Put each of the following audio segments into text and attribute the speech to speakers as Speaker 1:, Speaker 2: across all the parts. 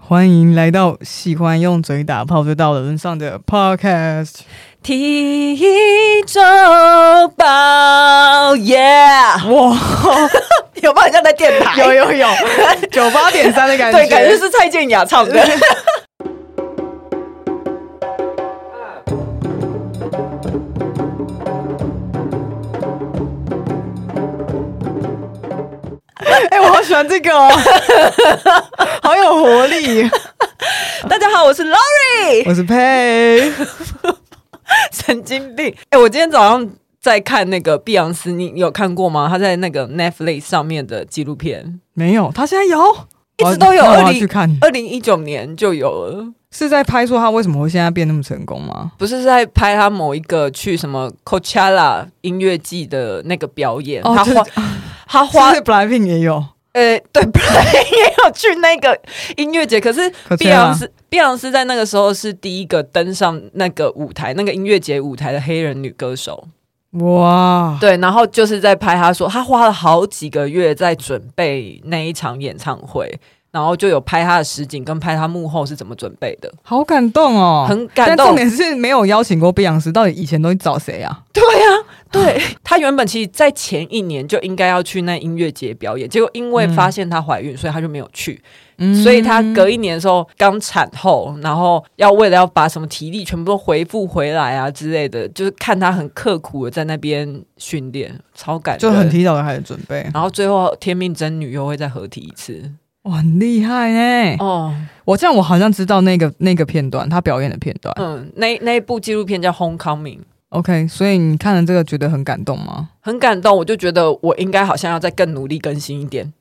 Speaker 1: 欢迎来到喜欢用嘴打炮就到人上的 Podcast。
Speaker 2: 体重包耶
Speaker 1: 哇，
Speaker 2: 有帮人家在电台
Speaker 1: 有有有， 九八点三的感觉，
Speaker 2: 对，感觉是蔡健雅唱的。
Speaker 1: 哎、我好喜欢这个 哦，好有活力。
Speaker 2: 大家好，我是 Lori，
Speaker 1: 我是佩，
Speaker 2: 神经病。哎、我今天早上在看那个碧昂斯，你你有看过吗？她在那个 Netflix 上面的纪录片，
Speaker 1: 没有，他现在有，
Speaker 2: 一直都有。
Speaker 1: 我要那
Speaker 2: 二
Speaker 1: 我要去
Speaker 2: 零
Speaker 1: 看，
Speaker 2: 二零一九年就有了，
Speaker 1: 是在拍说他为什么会现在变那么成功吗？
Speaker 2: 不是在拍她某一个去什么 Coachella 音乐季的那个表演，
Speaker 1: 哦
Speaker 2: 她
Speaker 1: 对
Speaker 2: 花她花
Speaker 1: 是不是 Blackpink 也有，
Speaker 2: 呃，对， 本来也有去那个音乐节，可是
Speaker 1: 可
Speaker 2: 碧昂斯，碧昂斯在那个时候是第一个登上那个舞台，那个音乐节舞台的黑人女歌手。
Speaker 1: 哇，
Speaker 2: 对，然后就是在拍，她说她花了好几个月在准备那一场演唱会，然后就有拍她的实景跟拍她幕后是怎么准备的，
Speaker 1: 好感动哦，
Speaker 2: 很感
Speaker 1: 但重
Speaker 2: 动。
Speaker 1: 点是没有邀请过碧昂斯，到底以前都找谁啊？
Speaker 2: 对呀、对她原本其实在前一年就应该要去那音乐节表演，结果因为
Speaker 1: 嗯
Speaker 2: 发现她怀孕，所以她就没有去。
Speaker 1: 嗯
Speaker 2: 所以她隔一年的时候刚产后，然后要为了要把什么体力全部都恢复回来啊之类的，就是看她很刻苦的在那边训练，超感人
Speaker 1: 就很。提早就开始准备，
Speaker 2: 然后最后天命真女又会再合体一次
Speaker 1: 哇，很厉害呢、
Speaker 2: 哦，
Speaker 1: 我这样我好像知道那个那个片段，他表演的片段。
Speaker 2: 嗯，那那一部纪录片叫《Homecoming》，
Speaker 1: OK，所以你看了这个觉得很感动吗？
Speaker 2: 很感动，我就觉得我应该好像要再更努力更新一点。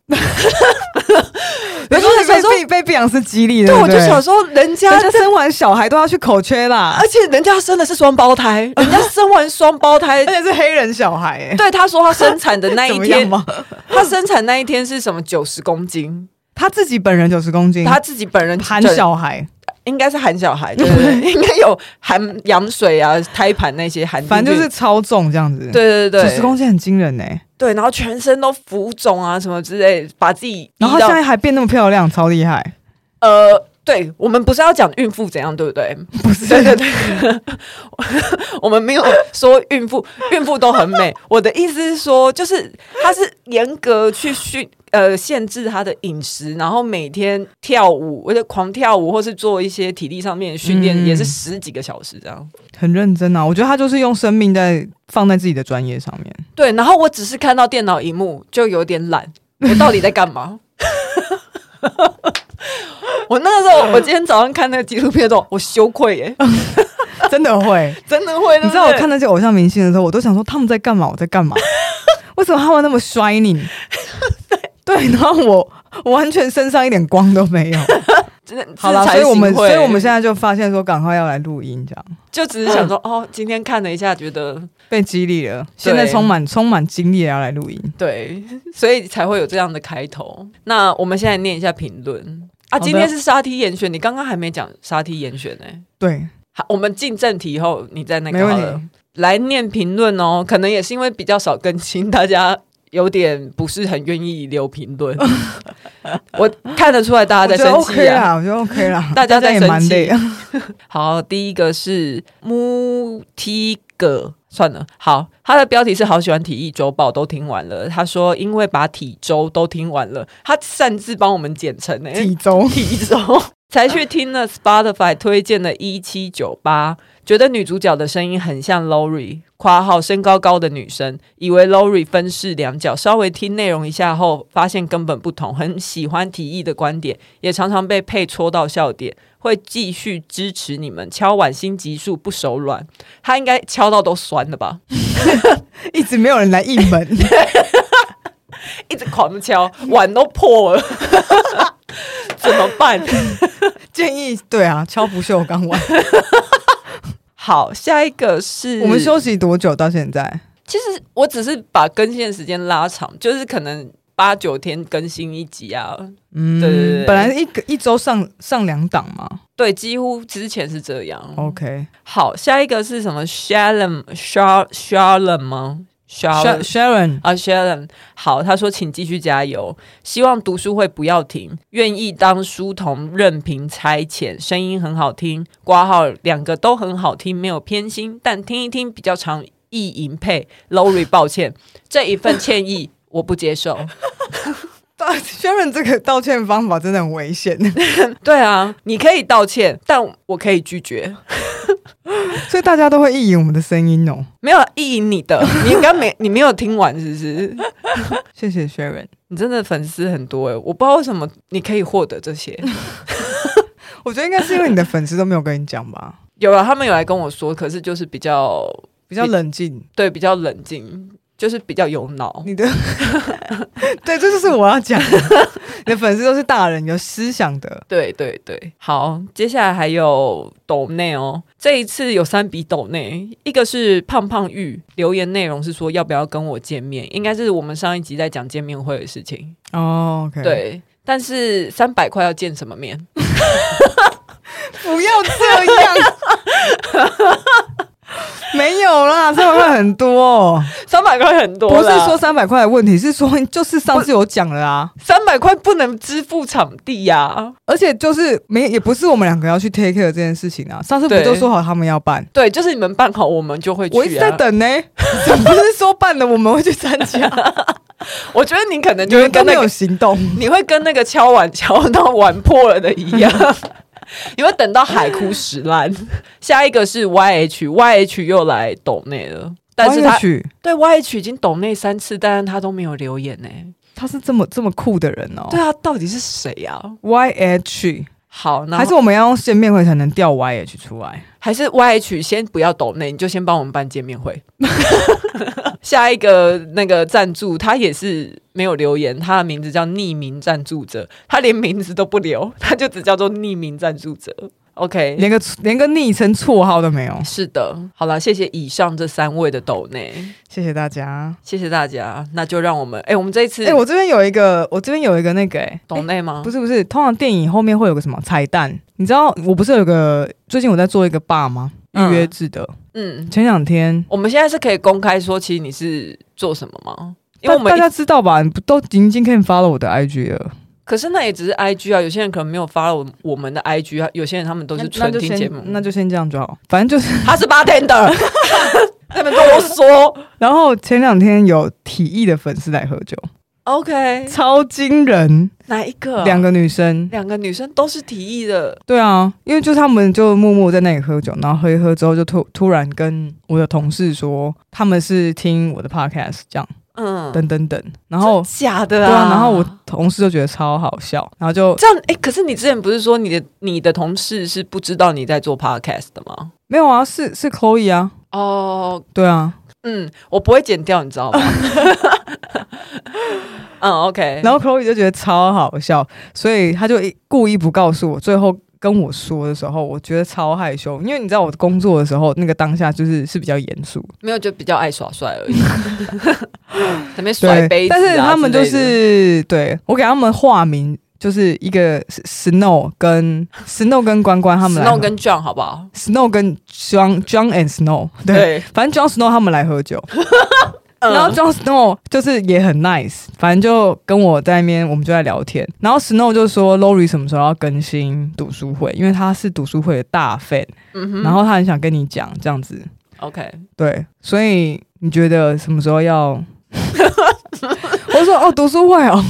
Speaker 1: 你
Speaker 2: 我
Speaker 1: 说
Speaker 2: 就
Speaker 1: 你
Speaker 2: 想
Speaker 1: 被
Speaker 2: 说，
Speaker 1: 被被碧昂斯激励的，
Speaker 2: 对，我
Speaker 1: 不
Speaker 2: 就想说，人家
Speaker 1: 人家生完小孩都要去口缺啦
Speaker 2: 而，且人家生的是双胞胎， 人家生完双胞胎
Speaker 1: 而，且是黑人小孩、欸，
Speaker 2: 对他说他生产的那
Speaker 1: 怎
Speaker 2: 一
Speaker 1: 么
Speaker 2: 天
Speaker 1: 样，吗？
Speaker 2: 她生产那一天是什么？九十公斤，
Speaker 1: 他自己本人九十公斤，
Speaker 2: 她自己本人
Speaker 1: 含
Speaker 2: 整
Speaker 1: 小孩，
Speaker 2: 应该是含小孩，对对 对，应该有含羊水啊、胎盘那些含进去，
Speaker 1: 反正就是超重这样子。
Speaker 2: 对对
Speaker 1: 九
Speaker 2: 对，
Speaker 1: 十公斤很惊人呢、欸
Speaker 2: 对，然后全身都浮肿啊什么之类，把自己
Speaker 1: 然后
Speaker 2: 逼
Speaker 1: 她
Speaker 2: 到
Speaker 1: 现在还变那么漂亮，超厉害。
Speaker 2: 呃，对我们不是要讲孕妇怎样，对不对？
Speaker 1: 不是
Speaker 2: 对对对， 我们没有说孕妇，孕妇都很 美。我的意思是说，就是她是严格去训呃限制她的饮食，然后每天跳舞或者狂跳舞，或是做一些体力上面的训练，
Speaker 1: 嗯
Speaker 2: 也是十几个小时这样。
Speaker 1: 很认真啊！我觉得她就是用生命在放在自己的专业上面。
Speaker 2: 对，然后我只是看到电脑荧幕就有点懒，我到底在干 嘛？我那个时候，我今天早上看那个纪录片的时候，我羞愧耶、
Speaker 1: 真的会。
Speaker 2: 真的会。
Speaker 1: 你知道我看那些偶像明星的时候，我都想说他们在干嘛？我在干 嘛？为什么他们那么 shining？对，然后我我完全身上一点光都没 有。好
Speaker 2: 了，
Speaker 1: 了，所以我们所以我们
Speaker 2: 现在。
Speaker 1: 现在就发现说，赶快要来录音，这样
Speaker 2: 就只是想说，哦，今天看了一下，觉得
Speaker 1: 被激励了。现在充满充满精力也要来录音。
Speaker 2: 对，所以才会有这样的开头。那我们现在念一下评论
Speaker 1: 好
Speaker 2: 啊，
Speaker 1: 的
Speaker 2: 今天是沙梯严选，你刚刚还没讲沙梯严选呢、
Speaker 1: 对，
Speaker 2: 好，我们进正题以后，你再那
Speaker 1: 没
Speaker 2: 个
Speaker 1: 问
Speaker 2: 好
Speaker 1: 题
Speaker 2: 了，来念评论哦。可能也是因为比较少更新，大家有点不是很愿意留评 论。我看得出来大
Speaker 1: 我
Speaker 2: 家
Speaker 1: 觉
Speaker 2: 在
Speaker 1: 得
Speaker 2: 生气
Speaker 1: OK
Speaker 2: 啊。
Speaker 1: 啦，我觉得 OK 啦。
Speaker 2: 大家在
Speaker 1: 也
Speaker 2: 生
Speaker 1: 蛮
Speaker 2: 气
Speaker 1: 累，
Speaker 2: 好，第一个是穆提格，算了，好，他的标题是好喜欢体育周报，都听完了。他说因为把体周都听完了，他擅自帮我们简称呢、
Speaker 1: 体 重
Speaker 2: 体周。才去听了 Spotify 推荐的《一七九八》，觉得女主角的声音很像 Lori，括号身高高的女生，以为 Lori 分饰两角。稍微听内容一下后，发现根本不同，很喜欢提议的观点，也常常被配戳到笑点，会继续支持你们。敲碗新集数不手软，他应该敲到都酸了吧？
Speaker 1: 一直没有人来应门。
Speaker 2: 一直狂敲，碗都破了， 怎么办？
Speaker 1: 建议对啊，敲不锈钢 碗。
Speaker 2: 好，下一个是
Speaker 1: 我们休息多久到现在？
Speaker 2: 其实我只是把更新的时间拉长，就是可能八九天更新一集啊。
Speaker 1: 嗯，
Speaker 2: 对对对
Speaker 1: 本来一个一周上上两档嘛。
Speaker 2: 对，几乎之前是这样。
Speaker 1: OK，
Speaker 2: 好，下一个是什么？Shalom Shal Shalom 吗 Sharon
Speaker 1: Sharon，
Speaker 2: 啊，Sharon，好，他说请继续加油，希望读书会不要停，愿意当书童，任凭差遣，声音很好听，挂号两个都很好听，没有偏心，但听一听比较常意淫配，Lori 抱歉，这一份歉意我不接受。
Speaker 1: 道 Sharon 这个道歉方法真的很危 险，
Speaker 2: 对啊，你可以道歉，但我可以拒绝，
Speaker 1: 所以大家都会意淫我们的声音哦。
Speaker 2: 没有意淫你的，你应该没你没有听完是不是？
Speaker 1: 谢谢 Sharon，
Speaker 2: 你真的粉丝很多哎、我不知道为什么你可以获得这些。
Speaker 1: 我觉得应该是因为你的粉丝都没有跟你讲吧，
Speaker 2: 有啊，他们有来跟我说，可是就是比较
Speaker 1: 比较冷静。
Speaker 2: 对，比较冷静，就是比较有脑。
Speaker 1: 你的对，这就是我要讲的。你的粉丝都是大人，有思想的。
Speaker 2: 对对对，好，接下来还有抖内哦，这一次有三笔抖内，一个是胖胖玉留言内容是说要不要跟我见面，应该是我们上一集在讲见面会的事情，
Speaker 1: 哦、o k，
Speaker 2: 对，但是三百块要见什么面？
Speaker 1: 不要这样。没有啦，三百块很多、哦，
Speaker 2: 三百块很多
Speaker 1: 不
Speaker 2: 啦，
Speaker 1: 是说三百块的问题，是说就是上次有讲了啊，
Speaker 2: 三百块不能支付场地呀、
Speaker 1: 而且就是没也不是我们两个要去 take care 这件事情啊，上次不
Speaker 2: 对
Speaker 1: 就说好他们要办？
Speaker 2: 对，就是你们办好，我们就会去、啊。
Speaker 1: 我一直在 等呢、怎么不是说办了我们会去参加？
Speaker 2: 我觉得你可能
Speaker 1: 你
Speaker 2: 就会
Speaker 1: 们
Speaker 2: 跟
Speaker 1: 都
Speaker 2: 那
Speaker 1: 没
Speaker 2: 个
Speaker 1: 有行动，
Speaker 2: 你会跟那个敲碗敲到碗破了的一样， 你会等到海枯石烂。下一个是 YH，YH 又来抖内了，但是他
Speaker 1: YH
Speaker 2: 对 YH 已经抖内三次，但是他都没有留言呢、
Speaker 1: 他是这么这么酷的人哦
Speaker 2: 对。啊，到底是谁啊？
Speaker 1: YH
Speaker 2: 好，那
Speaker 1: 还是我们要用见面会才能调 YH 出来？
Speaker 2: 还是 YH 先不要抖内，你就先帮我们办见面会。 下一个那个赞助，他也是没有留言，他的名字叫匿名赞助者，他连名字都不留，他就只叫做匿名赞助者。OK，
Speaker 1: 连个连个昵称绰号都没有。
Speaker 2: 是的，好了，谢谢以上这三位的抖内，
Speaker 1: 谢谢大家。
Speaker 2: 谢谢大家。那就让我们，哎、我们这一次
Speaker 1: 哎、我这边有一个，我这边有一个那个、哎，
Speaker 2: 抖内吗？
Speaker 1: 不是不是，通常电影后面会有个什么彩蛋，你知道？我不是有个最近我在做一个爸吗？预
Speaker 2: 嗯
Speaker 1: 约制的，
Speaker 2: 嗯，
Speaker 1: 前两天，
Speaker 2: 我们现在是可以公开说，其实你是做什么吗？因
Speaker 1: 大
Speaker 2: 为我们
Speaker 1: 大家知道吧？你不都已经可以 follow 我的 IG 了，
Speaker 2: 可是那也只是 IG 啊，有些人可能没有发了我我们的 IG 啊，有些人他们都是
Speaker 1: 那
Speaker 2: 纯
Speaker 1: 就
Speaker 2: 听节
Speaker 1: 先
Speaker 2: 目。
Speaker 1: 那就先这样就好。反正就是，
Speaker 2: 他是 bartender，他们啰嗦。
Speaker 1: 然后前两天有体艺的粉丝来喝酒，
Speaker 2: OK，
Speaker 1: 超惊人，
Speaker 2: 哪一个啊、
Speaker 1: 两个女生。
Speaker 2: 两个女生都是提议的，
Speaker 1: 对啊，因为就是他们就默默在那里喝酒，然后喝一喝之后，就突突然跟我的同事说他们是听我的 podcast 这样，
Speaker 2: 嗯，
Speaker 1: 等等等，然后
Speaker 2: 真假的
Speaker 1: 对啊，然后我同事就觉得超好笑，然后就
Speaker 2: 这样，哎、可是你之前不是说你的你的同事是不知道你在做 podcast 的吗？
Speaker 1: 没有啊，是是 Chloe 啊，
Speaker 2: 哦，
Speaker 1: 对啊，
Speaker 2: 嗯，我不会剪掉，你知 道吗？嗯，OK，
Speaker 1: 然后 Chloe 就觉得超好笑，所以他就一故意不告诉我，最后跟我说的时候，我觉得超害羞，因为你知道我工作的时候，那个当下就是是比较严肃，
Speaker 2: 没有就比较爱耍 帅而已，那边
Speaker 1: 对，
Speaker 2: 甩杯子、啊，
Speaker 1: 但是他们就是对我给他们化名，就是一个 Snow 跟 Snow 跟关关他们来喝
Speaker 2: Snow 跟 John 好不好？
Speaker 1: Snow 跟 John John and Snow 对。
Speaker 2: 对，
Speaker 1: 反正 John Snow 他们来喝酒，
Speaker 2: 嗯
Speaker 1: 然后 John Snow 就是也很 nice，反正就跟我在那边，我们就在聊天。然后 Snow 就说 Lori 什么时候要更新读书会，因为他是读书会的大 fan，、
Speaker 2: 嗯哼，
Speaker 1: 然后他很想跟你讲这样子。
Speaker 2: OK，
Speaker 1: 对，所以你觉得什么时候 要？我就说哦，读书会哦，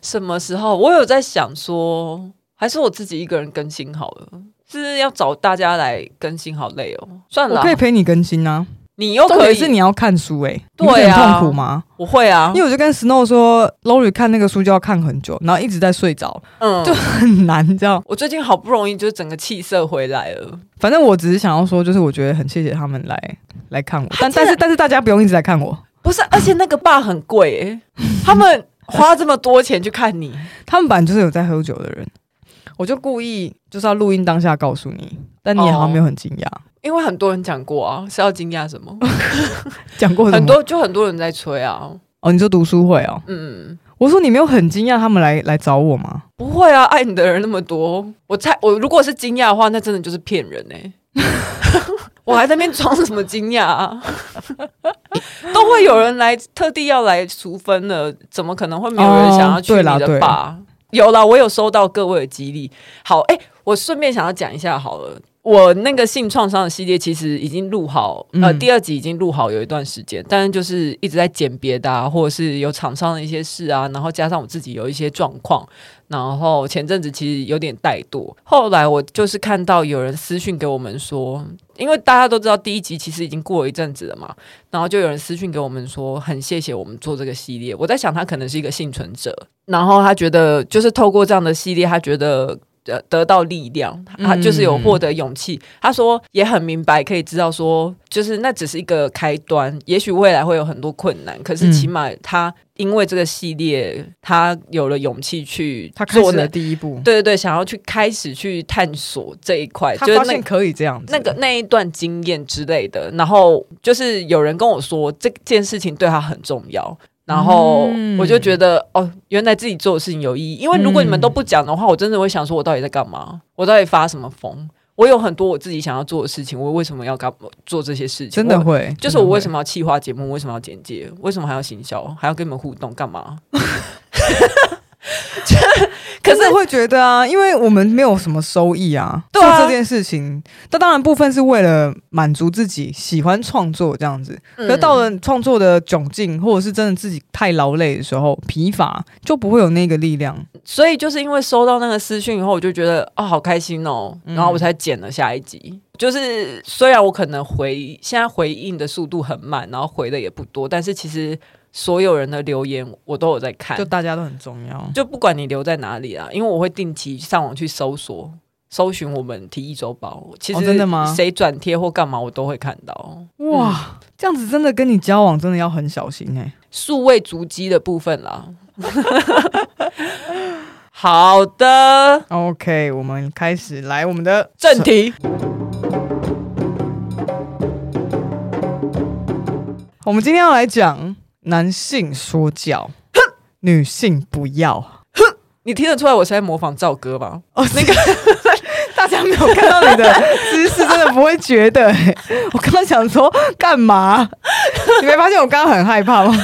Speaker 2: 什么时候？我有在想说，还是我自己一个人更新好了。是要找大家来更新，好累哦。算了
Speaker 1: 我
Speaker 2: 啊，
Speaker 1: 可以陪你更新啊。
Speaker 2: 你又
Speaker 1: 重
Speaker 2: 可以
Speaker 1: 点是你要看书哎、欸，你
Speaker 2: 对啊
Speaker 1: 不是很痛苦吗？
Speaker 2: 我会啊
Speaker 1: 因，为我就跟 Snow 说，Lori 看那个书就要看很久，然后一直在睡着，
Speaker 2: 嗯，
Speaker 1: 就很难，你知道？
Speaker 2: 我最近好不容易就整个气色回来了，
Speaker 1: 反正我只是想要说，就是我觉得很谢谢他们来来看我，但但是但是大家不用一直来看我，
Speaker 2: 不是？而且那个爸很贵、 欸，他们花这么多钱去看你，
Speaker 1: 他们本来就是有在喝酒的人，我就故意就是要录音当下告诉你，但你也好像没有很惊讶，
Speaker 2: 因为很多人讲过啊，是要惊讶什么？
Speaker 1: 讲过什么
Speaker 2: 很多就很多人在吹啊，
Speaker 1: 哦，你说读书会哦，
Speaker 2: 嗯，
Speaker 1: 我说你没有很惊讶他们来来找我吗？
Speaker 2: 不会啊，爱 你的人那么多，我猜我如果是惊讶的话，那真的就是骗人哎、欸我还在那边装什么惊讶啊？ 都会有人来特地要来赎分的，怎么可能会没有人想要去
Speaker 1: 哦对
Speaker 2: 你
Speaker 1: 啦
Speaker 2: 的吧？有啦，我有收到各位的激励。好，哎、我顺便想要讲一下好了。我那个性创伤的系列其实已经录好，呃，
Speaker 1: 嗯
Speaker 2: 第二集已经录好有一段时间，但是就是一直在剪别的啊，或者是有厂商的一些事啊，然后加上我自己有一些状况，然后前阵子其实有点怠惰，后来我就是看到有人私讯给我们说，因为大家都知道第一集其实已经过了一阵子了嘛，然后就有人私讯给我们说，很谢谢我们做这个系列。我在想他可能是一个幸存者，然后他觉得就是透过这样的系列，他觉得。呃，得到力量，他
Speaker 1: 嗯
Speaker 2: 就是有获得勇气。他说也很明白，可以知道说，就是那只是一个开端，也许未来会有很多困难，可是
Speaker 1: 嗯
Speaker 2: 起码他因为这个系列，他有了勇气去
Speaker 1: 他开
Speaker 2: 做
Speaker 1: 始
Speaker 2: 那
Speaker 1: 的第一步，
Speaker 2: 对对对，想要去开始去探索这一块，
Speaker 1: 他
Speaker 2: 就是
Speaker 1: 发
Speaker 2: 那
Speaker 1: 现可以这样子，
Speaker 2: 那个那一段经验之类的。然后就是有人跟我说这件事情对他很重要，然后
Speaker 1: 嗯
Speaker 2: 我就觉得、哦，原来自己做的事情有意义。因为如果
Speaker 1: 嗯
Speaker 2: 你们都不讲的话，我真的会想说，我到底在干嘛？我到底发什么疯？我有很多我自己想要做的事情，我为什么要干做这些事情？
Speaker 1: 真的
Speaker 2: 我
Speaker 1: 会，
Speaker 2: 就是我为什
Speaker 1: 么
Speaker 2: 么要企划节目，为什么要剪接，为什么还要行销，还要跟你们互动，干嘛？ 可
Speaker 1: 可
Speaker 2: 是
Speaker 1: 是会觉得啊，因为我们没有什么收益啊，
Speaker 2: 对啊
Speaker 1: 做这件事情，但当然部分是为了满足自己喜欢创作这样子，
Speaker 2: 嗯
Speaker 1: 可是到了创作的窘境，或者是真的自己太劳累的时候，疲乏就不会有那个力量。
Speaker 2: 所以就是因为收到那个私讯以后，我就觉得哦，好开心哦，
Speaker 1: 嗯
Speaker 2: 然后我才剪了下一集。就是虽然我可能回现在回应的速度很慢，然后回的也不多，但是其实所有人的留言我都有在看，
Speaker 1: 就
Speaker 2: 就
Speaker 1: 大家都很重要。
Speaker 2: 不管你留在哪里啦，因为我会定期上网去搜索。搜寻我们提议周报，其实、
Speaker 1: 哦真的吗
Speaker 2: 谁转贴或干嘛，我都会看到。
Speaker 1: 哇，嗯这样子真的跟你交往真的要很小心哎、
Speaker 2: 数位足迹的部分啦。 好的，
Speaker 1: OK，我们开始来我们的
Speaker 2: 正题。
Speaker 1: 我们今天要来讲男性说教，女性不要。
Speaker 2: 你听得出来我是在模仿赵哥吗？
Speaker 1: 哦，那个大家没有看到你 的姿势，真的不会觉得、欸。我刚刚想说干嘛？你没发现我刚刚很害怕 吗？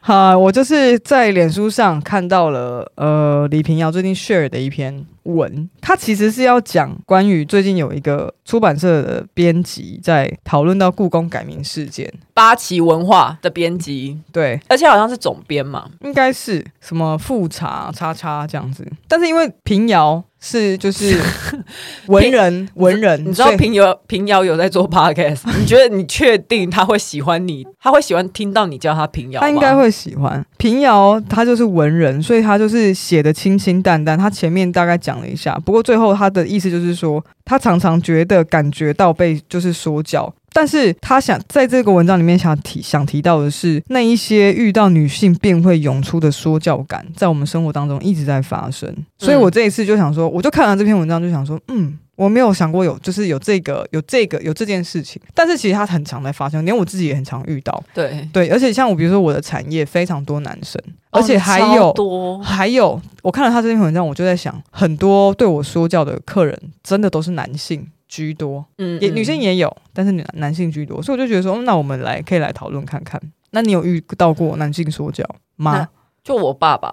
Speaker 1: 好、啊我就是在脸书上看到了，呃，李平遥最近 share 的一篇文，他其实是要讲关于最近有一个出版社的编辑在讨论到故宫改名事件，
Speaker 2: 八旗文化的编辑，
Speaker 1: 对，
Speaker 2: 而且好像是总编嘛。
Speaker 1: 应该是什么复查叉叉这样子。但是因为平遥是就是 文人文人，
Speaker 2: 你知
Speaker 1: 嗯
Speaker 2: 道
Speaker 1: 所以
Speaker 2: 平遥平遥有在做 podcast，你觉得你确定他会喜欢你？他会喜欢听到你叫他平遥吗？
Speaker 1: 他应该会喜欢平遥，他就是文人，所以他就是写的清清淡淡。他前面大概讲了一下，不过最后他的意思就是说，他常常觉得感觉到被就是说教。但是他想在这个文章里面想提想提到的是，那一些遇到女性便会涌出的说教感，在我们生活当中一直在发生。
Speaker 2: 嗯
Speaker 1: 所以我这一次就想说，我就看完这篇文章就想说，嗯，我没有想过有就是有这个有这个有这件事情，但是其实它很常在发生，连我自己也很常遇到。
Speaker 2: 对，
Speaker 1: 对，而且像我，比如说我的产业非常多男生，而
Speaker 2: 哦
Speaker 1: 且还
Speaker 2: 超
Speaker 1: 有、
Speaker 2: 多
Speaker 1: 还有，我看了他这篇文章，我就在想，很多对我说教的客人真的都是男性居多，
Speaker 2: 嗯
Speaker 1: 也女性
Speaker 2: 也
Speaker 1: 也有，但是男男性居多，所以我就觉得说，嗯那我们来可以来讨论看看。那你有遇到过男性说教吗
Speaker 2: 那？就我爸爸，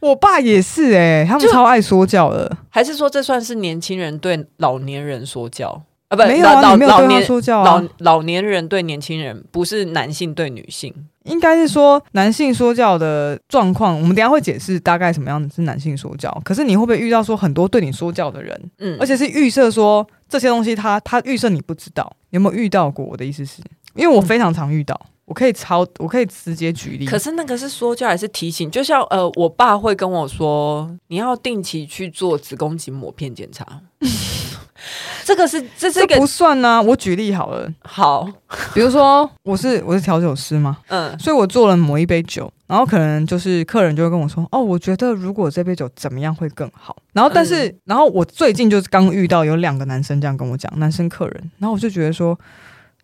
Speaker 1: 我爸也是哎、他们
Speaker 2: 就
Speaker 1: 超爱说教的，
Speaker 2: 还是说这算是年轻人对老年人说教啊？不，
Speaker 1: 没有
Speaker 2: 老
Speaker 1: 啊，
Speaker 2: 老
Speaker 1: 你没有
Speaker 2: 老
Speaker 1: 对他
Speaker 2: 年
Speaker 1: 说教啊
Speaker 2: 老，老年人对年轻人，不是男性对女性。
Speaker 1: 应该是说男性说教的状况，我们等一下会解释大概什么样子是男性说教。可是你会不会遇到说很多对你说教的人？
Speaker 2: 嗯，
Speaker 1: 而且是预设说这些东西他，他预设你不知道，你有没有遇到过？我的意思是，因为我非常常遇到，我可以超，我可以直接举例。
Speaker 2: 嗯可是那个是说教还是提醒？就像呃，我爸会跟我说，你要定期去做子宫颈抹片检查。 这个是这是
Speaker 1: 这
Speaker 2: 一个
Speaker 1: 不算呢、我举例好了，
Speaker 2: 好，
Speaker 1: 比如说我是我是调酒师嘛，
Speaker 2: 嗯
Speaker 1: 所以我做了某一杯酒，然后可能就是客人就会跟我说，哦，我觉得如果这杯酒怎么样会更好。然后但是，然后我最近就是刚遇到有两个男生这样跟我讲，男生客人，然后我就觉得说，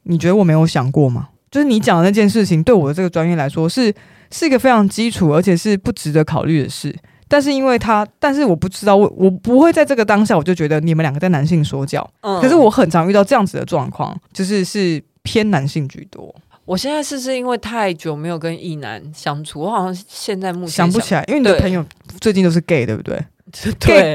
Speaker 1: 你觉得我没有想过吗？就是你讲的那件事情，对我的这个专业来说是是一个非常基础，而且是不值得考虑的事。但是因为他，但是我不知道，我我不会在这个当下我就觉得你们两个在男性说教。
Speaker 2: 嗯
Speaker 1: 可是我很常遇到这样子的状况，就是是偏男性居多，
Speaker 2: 我现在是不是因为太久没有跟异男相处，我好像现在目前
Speaker 1: 想不起来，因为你的
Speaker 2: 对
Speaker 1: 朋友最近都是 gay，对不对
Speaker 2: 对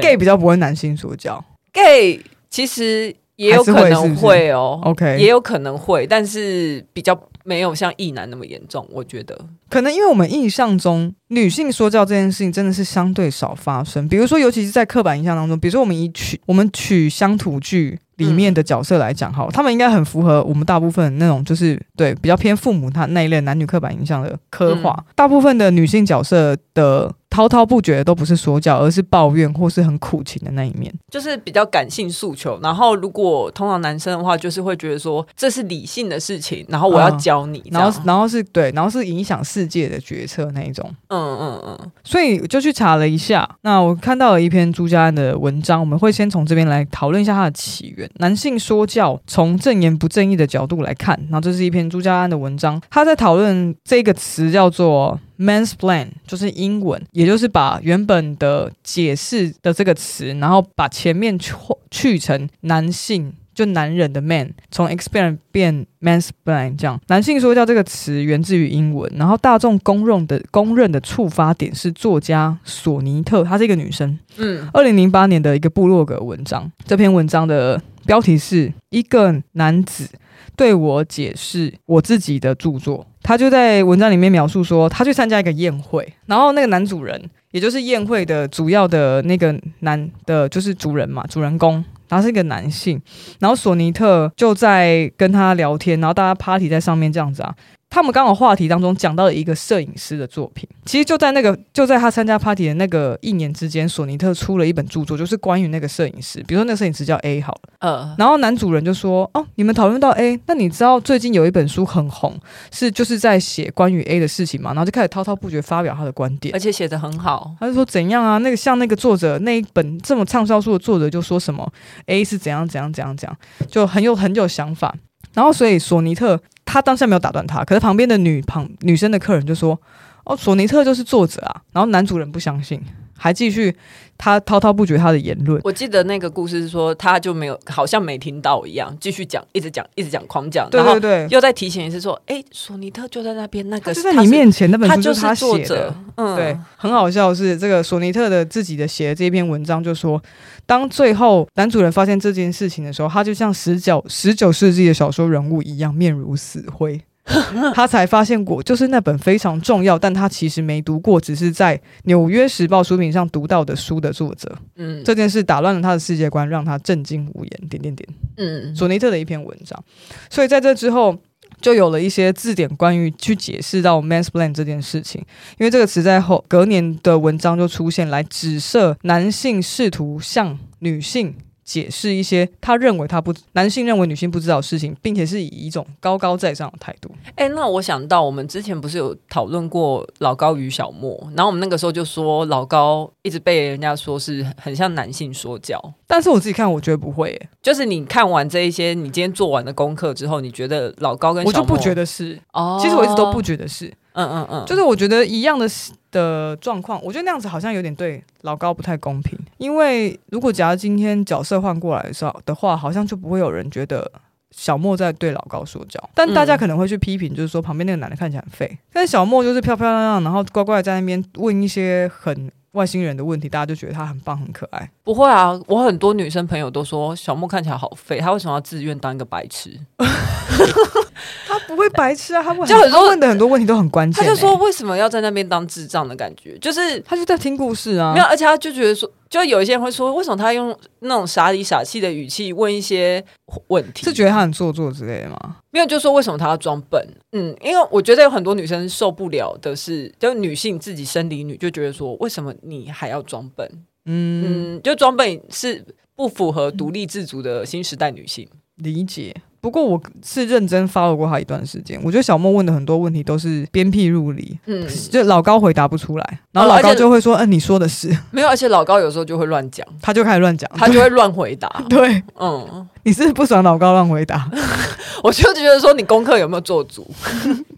Speaker 1: gay gay 比较不会男性说教。
Speaker 2: gay 其实也有可能会哦、
Speaker 1: 还是会是不是 OK
Speaker 2: 也有可能会，但是比较没有像异男那么严重，我觉得。
Speaker 1: 可能因为我们印象中女性说教这件事情真的是相对少发生，比如说尤其是在刻板印象当中，比如说我们以取我们取乡土剧里
Speaker 2: 嗯
Speaker 1: 面的角色来讲，好，他们应该很符合我们大部分那种就是对比较偏父母他那一类男女刻板印象的刻画，
Speaker 2: 嗯
Speaker 1: 大部分的女性角色的滔滔不绝都不是说教，而是抱怨或是很苦情的那一面。
Speaker 2: 就是比较感性诉求，然后如果通常男生的话，就是会觉得说这是理性的事情，然后我要
Speaker 1: 嗯
Speaker 2: 教你，
Speaker 1: 然后
Speaker 2: 这，样
Speaker 1: 然后是对，然后是影响世界的决策那一种。
Speaker 2: 嗯嗯嗯，
Speaker 1: 所以我就去查了一下，那我看到了一篇朱家安的文章，我们会先从这边来讨论一下它的起源。男性说教从正言不正义的角度来看，然后这是一篇朱家安的文章，他在讨论这个词叫做 mansplain，就是英文，也就是把原本的解释的这个词，然后把前面去去成男性。就男人的 man 从 explain 变 mansplain 这样，男性说教这个词源自于英文，然后大众公认的公认的触发点是作家索尼特，她是一个女生，
Speaker 2: 嗯，
Speaker 1: 二零零八年的一个部落格文章。这篇文章的标题是一个男子对我解释我自己的著作。他就在文章里面描述说，他去参加一个宴会，然后那个男主人，也就是宴会的主要的那个男的，就是主人嘛，主人公，他是一个男性。然后索尼特就在跟他聊天，然后大家 party 在上面这样子啊。他们刚好话题当中讲到了一个摄影师的作品，其实就在那个就在他参加 party 的那个一年之间，索尼特出了一本著作，就是关于那个摄影师，比如说那个摄影师叫 A 好了，
Speaker 2: 呃，
Speaker 1: 然后男主人就说：“哦，你们讨论到 A，那你知道最近有一本书很红，是就是在写关于 A 的事情嘛？”然后就开始滔滔不绝发表他的观点
Speaker 2: 而。且写的很好，
Speaker 1: 他就说怎样啊？那个像那个作者那一本这么畅销书的作者就说什么 A 是怎样怎样怎样怎样，就很有很有想法。然后所以索尼特他当下没有打断他，可是旁边的女旁女生的客人就说：“哦，索尼特就是作者啊。”然后男主人不相信，还继续他滔滔不绝他的言论。
Speaker 2: 我记得那个故事是说他就没有，好像没听到一样，继续讲，一直讲，一直讲，狂讲，
Speaker 1: 对
Speaker 2: 然后
Speaker 1: 对对，
Speaker 2: 又再提醒一次说，哎、索尼特就在那边，那
Speaker 1: 他
Speaker 2: 个
Speaker 1: 就在
Speaker 2: 他
Speaker 1: 你
Speaker 2: 是
Speaker 1: 面前那本
Speaker 2: 他
Speaker 1: 书
Speaker 2: 就是
Speaker 1: 他
Speaker 2: 是作
Speaker 1: 写
Speaker 2: 者
Speaker 1: 的。，
Speaker 2: 嗯，
Speaker 1: 对，很好笑的是，这个索尼特的自己的写的这篇文章就说，当最后男主人发现这件事情的时候，他就像十九十九世纪的小说人物一样，面如死灰。他才发现我就是那本非常重要，但他其实没读过，只是在《纽约时报》书评上读到的书的作者。
Speaker 2: 嗯，
Speaker 1: 这件事打乱了他的世界观，让他震惊无言。点点点。
Speaker 2: 嗯，
Speaker 1: 索尼特的一篇文章，所以在这之后就有了一些字典关于去解释到 mansplain 这件事情，因为这个词在后隔年的文章就出现来指涉男性试图向女性。解释一些他认为他不男性认为女性不知道的事情，并且是以一种高高在上的态度。
Speaker 2: 哎、那我想到我们之前不是有讨论过老高与小莫，然后我们那个时候就说老高一直被人家说是很像男性说教，
Speaker 1: 但是我自己看，我觉得不会、耶
Speaker 2: 就是你看完这一些，你今天做完的功课之后，你觉得老高跟
Speaker 1: 我
Speaker 2: 小
Speaker 1: 就
Speaker 2: 莫
Speaker 1: 不觉得是。
Speaker 2: 哦，
Speaker 1: 其实我一直都不，觉得是，
Speaker 2: 嗯嗯嗯，
Speaker 1: 就是我觉得一样的事的状况，我觉得那样子好像有点对老高不太公平，因为如果假如今天角色换过来的时候的话，好像就不会有人觉得。小莫在对老高说教，但大
Speaker 2: 嗯
Speaker 1: 家可能会去批评，就是说旁边那个男的看起来很废，但是小莫就是漂漂亮亮，然后乖乖地在那边问一些很外星人的问题，大家就觉得他很棒很可爱。
Speaker 2: 不会啊。我很多女生朋友都说小莫看起来好废，他为什么要自愿当一个白痴？
Speaker 1: 他不会白痴啊，他问
Speaker 2: 就很多
Speaker 1: 他问的很多问题都很关键、
Speaker 2: 他
Speaker 1: 欸。嗯
Speaker 2: 就说为什么要在那边当智障的感觉，就是
Speaker 1: 他就在听故事啊，
Speaker 2: 没有，而且他就觉得说，就有一些人会说，为什么他用那种傻里傻气的语气问一些问题？
Speaker 1: 是觉得他很做作之类的吗？
Speaker 2: 没有，就说为什么他要装笨？嗯，因为我觉得有很多女生受不了的是，就女性自己生理女就觉得说，为什么你还要装笨？
Speaker 1: 嗯，
Speaker 2: 嗯，就装笨是不符合独立自主的新时代女性。
Speaker 1: 理解。不过我是认真 follow 过他一段时间，我觉得小莫问的很多问题都是鞭辟入里，
Speaker 2: 嗯，
Speaker 1: 就老高回答不出来，然后
Speaker 2: 哦
Speaker 1: 老
Speaker 2: 而
Speaker 1: 高
Speaker 2: 且
Speaker 1: 就会说：“嗯、你说的是。
Speaker 2: 没有，而且老高有时候就会乱讲，”
Speaker 1: 他就开始乱 讲，。
Speaker 2: 他就会乱回答
Speaker 1: 对
Speaker 2: 嗯，
Speaker 1: 你是不是不爽老高乱回答
Speaker 2: 我就觉得说你功课有没有做足？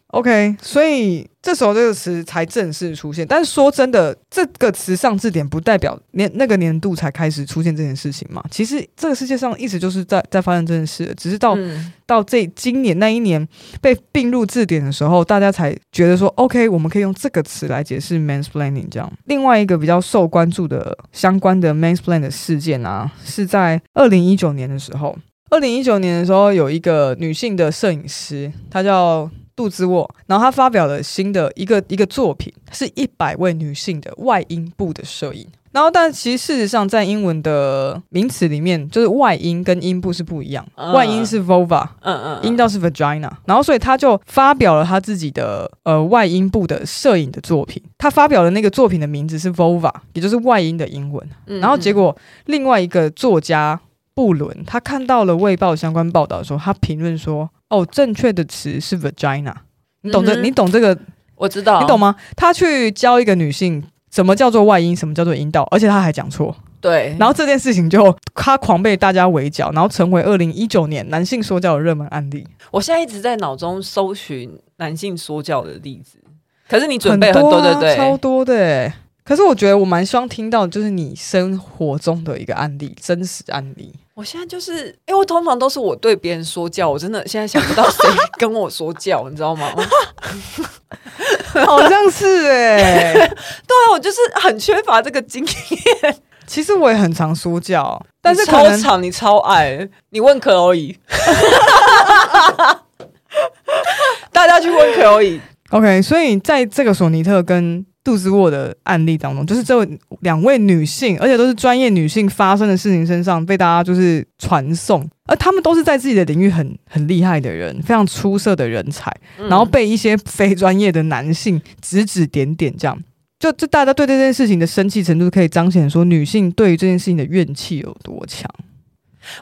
Speaker 1: OK，所以这时候这个词才正式出现。但是说真的，这个词上字典不代表年那个年度才开始出现这件事情嘛。其实这个世界上一直就是在在发生这件事的，只是到、
Speaker 2: 嗯
Speaker 1: 到这今年那一年被并入字典的时候，大家才觉得说 OK，我们可以用这个词来解释 mansplaining 这样。另外一个比较受关注的相关的 mansplain 的事件啊，是在二零一九年的时候。二零一九年的时候，有一个女性的摄影师，她叫杜之沃，然后她发表了新的一个一个作品，是一百位女性的外阴部的摄影。然后，但其实事实上，在英文的名词里面，就是外阴跟阴部是不一样，
Speaker 2: 嗯
Speaker 1: 外阴是 vulva，
Speaker 2: 嗯嗯，
Speaker 1: 阴道是 vagina，然后所以他就发表了他自己的呃外阴部的摄影的作品。他发表的那个作品的名字是 vulva，也就是外阴的英文。
Speaker 2: 嗯，
Speaker 1: 然后结果另外一个作家布伦，他看到了《卫报》相关报道的时候，他评论说：“哦，正确的词是 vagina。”你懂这、
Speaker 2: 嗯哼
Speaker 1: 你懂这个
Speaker 2: 嗯我知道，
Speaker 1: 你懂？吗？他去教一个女性什么叫做外阴，什么叫做阴道，而且他还讲错。
Speaker 2: 对，
Speaker 1: 然后这件事情就他狂被大家围剿，然后成为二零一九年男性说教的热门案例。
Speaker 2: 我现在一直在脑中搜寻男性说教的例子，可是你准备很
Speaker 1: 多、
Speaker 2: 对
Speaker 1: 啊、
Speaker 2: 不对，
Speaker 1: 超多的欸。可是我觉得我蛮希望听到，就是你生活中的一个案例，真实案 例。
Speaker 2: 我现在就是，因为我通常都是我对别人说教，我真的现在想不到 谁跟我说教，你知道吗？对
Speaker 1: 好像是哎、
Speaker 2: 啊，我就是很缺乏这个经验。
Speaker 1: 其实我也很常说教，但是
Speaker 2: 你
Speaker 1: 可
Speaker 2: 超
Speaker 1: 能
Speaker 2: 长，你超矮，你问可欧以， 大家去问可欧以。
Speaker 1: OK。所以在这个索尼特跟杜斯沃的案例当中，就是这两位女性，而且都是专业女性发生的事情身上被大家就是传送，而她们都是在自己的领域很很厉害的人，非常出色的人才。然后被一些非专业的男性指指点点，这样就就大家对这件事情的生气程度，可以彰显说女性对于这件事情的怨气有多强。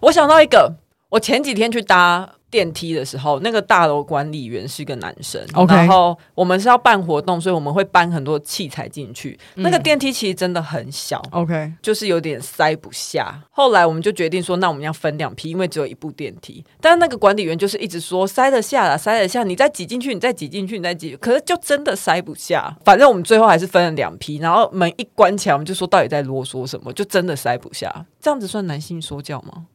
Speaker 2: 我想到一个，我前几天去搭电梯的时候，那个大楼管理员是个男生
Speaker 1: OK
Speaker 2: 然后我们是要办活动，所以我们会搬很多器材进去。那个
Speaker 1: 嗯
Speaker 2: 电梯其实真的很小，
Speaker 1: OK，
Speaker 2: 就是有点塞不下。后来我们就决定说，那我们要分两批，因为只有一部电梯。但是那个管理员就是一直说塞得下啦，塞得下，你再挤进去，你再挤进去，你再挤，可是就真的塞不下。反正我们最后还是分了两批，然后门一关起来，我们就说到底在啰嗦什么，就真的塞不下。这样子算男性说教吗？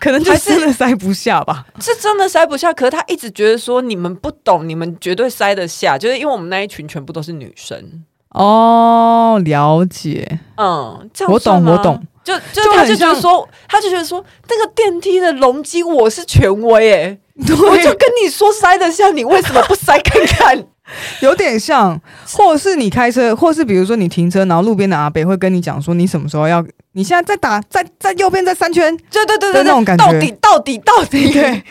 Speaker 1: 可能就
Speaker 2: 还
Speaker 1: 是
Speaker 2: 是
Speaker 1: 真的塞不下吧。
Speaker 2: 是真的塞不下，可是他一直觉得说你们不懂，你们绝对塞得下，就是因为我们那一群全部都是女生。
Speaker 1: 哦，了解。
Speaker 2: 嗯，这样
Speaker 1: 我懂
Speaker 2: 算吗
Speaker 1: 我懂。
Speaker 2: 就就
Speaker 1: 就
Speaker 2: 他
Speaker 1: 很
Speaker 2: 就觉得
Speaker 1: 像
Speaker 2: 说，他就觉得说，那个电梯的容积我是权威诶、我 就
Speaker 1: 对，
Speaker 2: 跟你说塞得下，你为什么不塞看看？
Speaker 1: 有点像，或者是你开车，或是比如说你停车，然后路边的阿伯会跟你讲说，你什么时候要，你现在再打，再再右边再三圈，
Speaker 2: 对对对
Speaker 1: 就
Speaker 2: 对，
Speaker 1: 那种感觉
Speaker 2: 到底到底到底
Speaker 1: 对，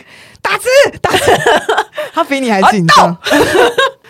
Speaker 1: 打字打字， 他比你还紧
Speaker 2: 啊
Speaker 1: 张，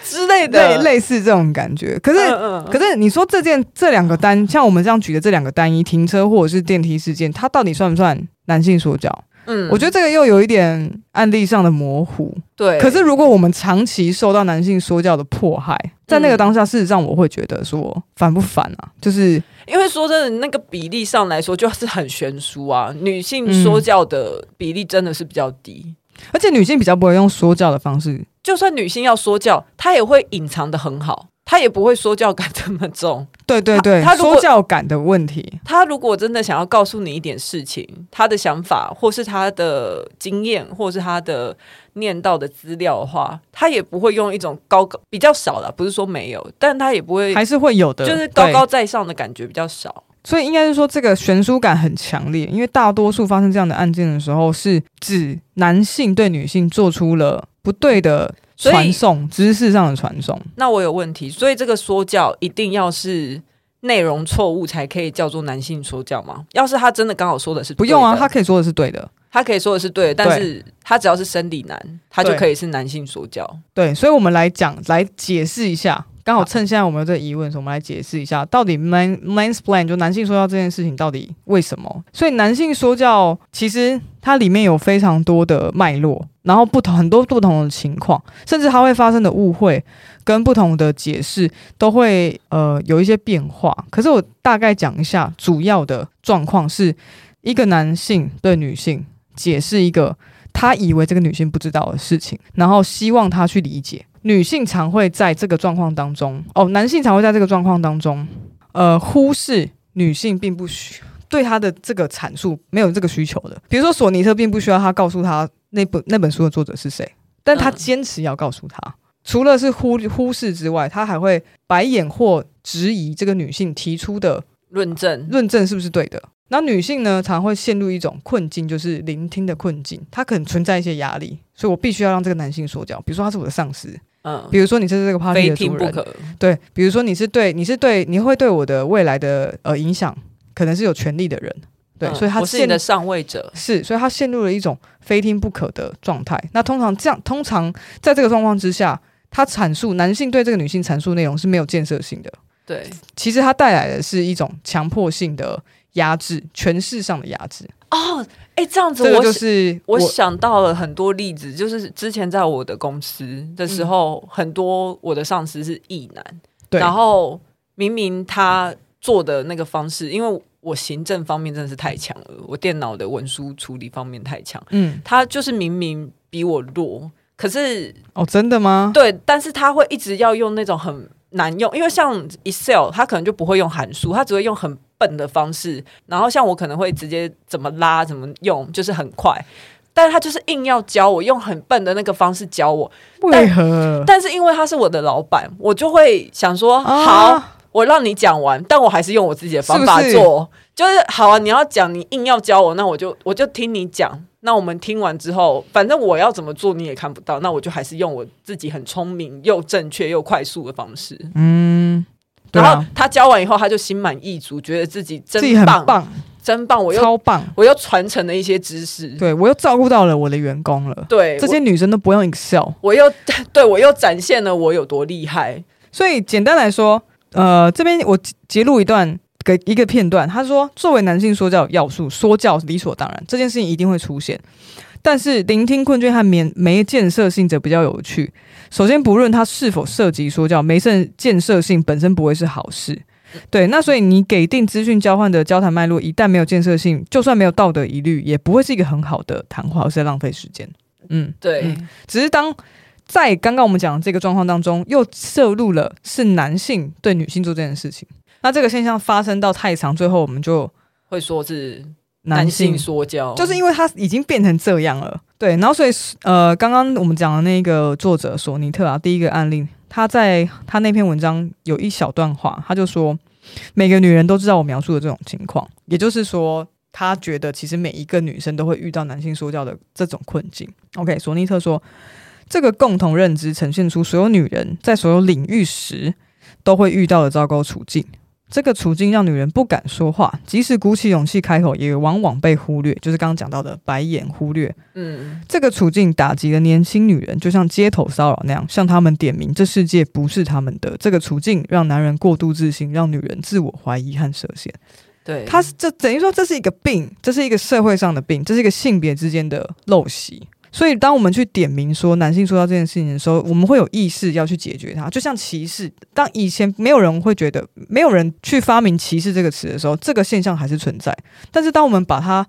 Speaker 2: 之类
Speaker 1: 类
Speaker 2: 的，
Speaker 1: 类似这种感觉。可是
Speaker 2: 嗯嗯
Speaker 1: 可是你说这件这两个单，像我们这样举的这两个单一停车或者是电梯事件，它到底算不算男性说教？
Speaker 2: 嗯
Speaker 1: 我觉得这个又有一点案例上的模糊。
Speaker 2: 对，
Speaker 1: 可是如果我们长期受到男性说教的迫害，在那个
Speaker 2: 嗯
Speaker 1: 当下，事实上我会觉得说烦不烦啊？就是
Speaker 2: 因为说真的，那个比例上来说就是很悬殊啊，女
Speaker 1: 嗯
Speaker 2: 性说教的比例真的是比较低。
Speaker 1: 而且女性比较不会用说教的方式，
Speaker 2: 就算女性要说教，她也会隐藏的很好，她也不会说教感这么重。
Speaker 1: 对对对，
Speaker 2: 她她如果
Speaker 1: 说教感的问题，
Speaker 2: 她如果真的想要告诉你一点事情，她的想法，或是她的经验，或是她的念到的资料的话，她也不会用一种高高比较少了，不是说没有，但她也不会
Speaker 1: 还是会有的，
Speaker 2: 就是高
Speaker 1: 对
Speaker 2: 高在上的感觉比较少。
Speaker 1: 所以应该是说，这个悬殊感很强烈，因为大多数发生这样的案件的时候，是指男性对女性做出了不对的
Speaker 2: 所以
Speaker 1: 传送，知识上的传送。
Speaker 2: 那我有问题，所以这个说教一定要是。内容错误才可以叫做男性说教吗？要是他真的刚好说的是
Speaker 1: 不用
Speaker 2: 对
Speaker 1: 啊，
Speaker 2: 的
Speaker 1: 他可以说的是对的，
Speaker 2: 他可以说的是对的，但是他只要是生理男，他就可以是男性说教。
Speaker 1: 对。所以我们来讲，来解释一下。刚好趁现在我们有这个疑问的时候，我们来解释一下，到底 man mansplain 就男性说教这件事情到底为什么？所以男性说教其实它里面有非常多的脉络，然后不同很多不同的情况，甚至它会发生的误会，跟不同的解释都会呃有一些变化。可是我大概讲一下主要的状况，是一个男性对女性解释一个他以为这个女性不知道的事情，然后希望她去理解。女性常会在这个状况当中，哦，男性常会在这个状况当中，呃，忽视女性并不需对她的这个阐述没有这个需求的。比如说，索尼特并不需要他告诉他那本那本书的作者是谁，但他
Speaker 2: 嗯
Speaker 1: 坚持要告诉他。除了是忽忽视之外，他还会白眼或质疑这个女性提出的
Speaker 2: 论证，
Speaker 1: 论证是不是对的。那女性呢，常会陷入一种困境，就是聆听的困境。她可能存在一些压力，所以我必须要让这个男性说教。比如说他是我的上司，
Speaker 2: 嗯，
Speaker 1: 比如说你是这个 party
Speaker 2: 非
Speaker 1: 的主
Speaker 2: 听不
Speaker 1: 人，
Speaker 2: 可，
Speaker 1: 对，比如说你是对你是对你会对我的未来的呃影响，可能是有权利的人，对，
Speaker 2: 嗯
Speaker 1: 所以他
Speaker 2: 我是你
Speaker 1: 陷
Speaker 2: 的上位者，
Speaker 1: 是，所以他陷入了一种非听不可的状态。那通常这样，通常在这个状况之下，他阐述男性对这个女性阐述内容是没有建设性的，
Speaker 2: 对，
Speaker 1: 其实它带来的是一种强迫性的压制，权势上的压制。
Speaker 2: 哦，哎，这样子
Speaker 1: 这个
Speaker 2: 我
Speaker 1: 就
Speaker 2: 想
Speaker 1: 是
Speaker 2: 我想到了很多例子，就是之前在我的公司的时候，很多我的上司是异男，
Speaker 1: 对
Speaker 2: 然后明明他做的那个方式，因为我行政方面真的是太强了，我电脑的文书处理方面太强，
Speaker 1: 嗯，
Speaker 2: 他就是明明比我弱，可是
Speaker 1: 哦，真的吗？
Speaker 2: 对，但是他会一直要用那种很难用，因为像 Excel 他可能就不会用函数，他只会用很笨的方式。然后像我可能会直接怎么拉怎么用，就是很快。但是他就是硬要教我用很笨的那个方式教我，
Speaker 1: 为何？
Speaker 2: 但是因为他是我的老板，我就会想说，
Speaker 1: 啊
Speaker 2: 好，我让你讲完，但我还是用我自己的方法
Speaker 1: 是
Speaker 2: 做，
Speaker 1: 不是
Speaker 2: 就是好啊，你要讲，你硬要教我，那我就我就听你讲。那我们听完之后，反正我要怎么做你也看不到，那我就还是用我自己很聪明又正确又快速的方式。
Speaker 1: 嗯，对
Speaker 2: 然后
Speaker 1: 啊，
Speaker 2: 他教完以后，他就心满意足，觉得自己真
Speaker 1: 自己很
Speaker 2: 棒，
Speaker 1: 棒，
Speaker 2: 真棒！我又
Speaker 1: 超棒。
Speaker 2: 我又传承了一些知识，
Speaker 1: 啊对我又照顾到了我的员工了。
Speaker 2: 对，
Speaker 1: 这些女生都不用 Excel，
Speaker 2: 我我又 对我又展现了我有多厉害。
Speaker 1: 所以简单来说，呃，这边我截截录一段给一个片段，他说，作为男性说教要素，说教理所当然，这件事情一定会出现。但是聆听困倦和没没建设性则比较有趣。首先，不论它是否涉及说教，没甚建设性本身不会是好事。对，那所以你给定资讯交换的交谈脉络，一旦没有建设性，就算没有道德疑虑，也不会是一个很好的谈话，而是在浪费时间。嗯，
Speaker 2: 对，
Speaker 1: 嗯只是当在刚刚我们讲的这个状况当中，又摄入了是男性对女性做这件事情。那这个现象发生到太长，最后我们就
Speaker 2: 会说是
Speaker 1: 男性
Speaker 2: 性说教，
Speaker 1: 就是因为他已经变成这样了，对。然后所以呃，刚刚我们讲的那个作者索尼特啊，第一个案例，他在他那篇文章有一小段话，他就说，每个女人都知道我描述的这种情况，也就是说，他觉得其实每一个女生都会遇到男性说教的这种困境。OK，索尼特说，这个共同认知呈现出所有女人在所有领域时都会遇到的糟糕处境。这个处境让女人不敢说话，即使鼓起勇气开口，也往往被忽略，就是刚刚讲到的白眼忽略。
Speaker 2: 嗯，
Speaker 1: 这个处境打击了年轻女人，就像街头骚扰那样，向他们点名这世界不是他们的。这个处境让男人过度自信，让女人自我怀疑和设限。
Speaker 2: 对，
Speaker 1: 它是这等于说这是一个病，这是一个社会上的病，这是一个性别之间的陋习。所以，当我们去点名说男性说到这件事情的时候，我们会有意识要去解决它。就像歧视，当以前没有人会觉得，没有人去发明歧视这个词的时候，这个现象还是存在。但是，当我们把它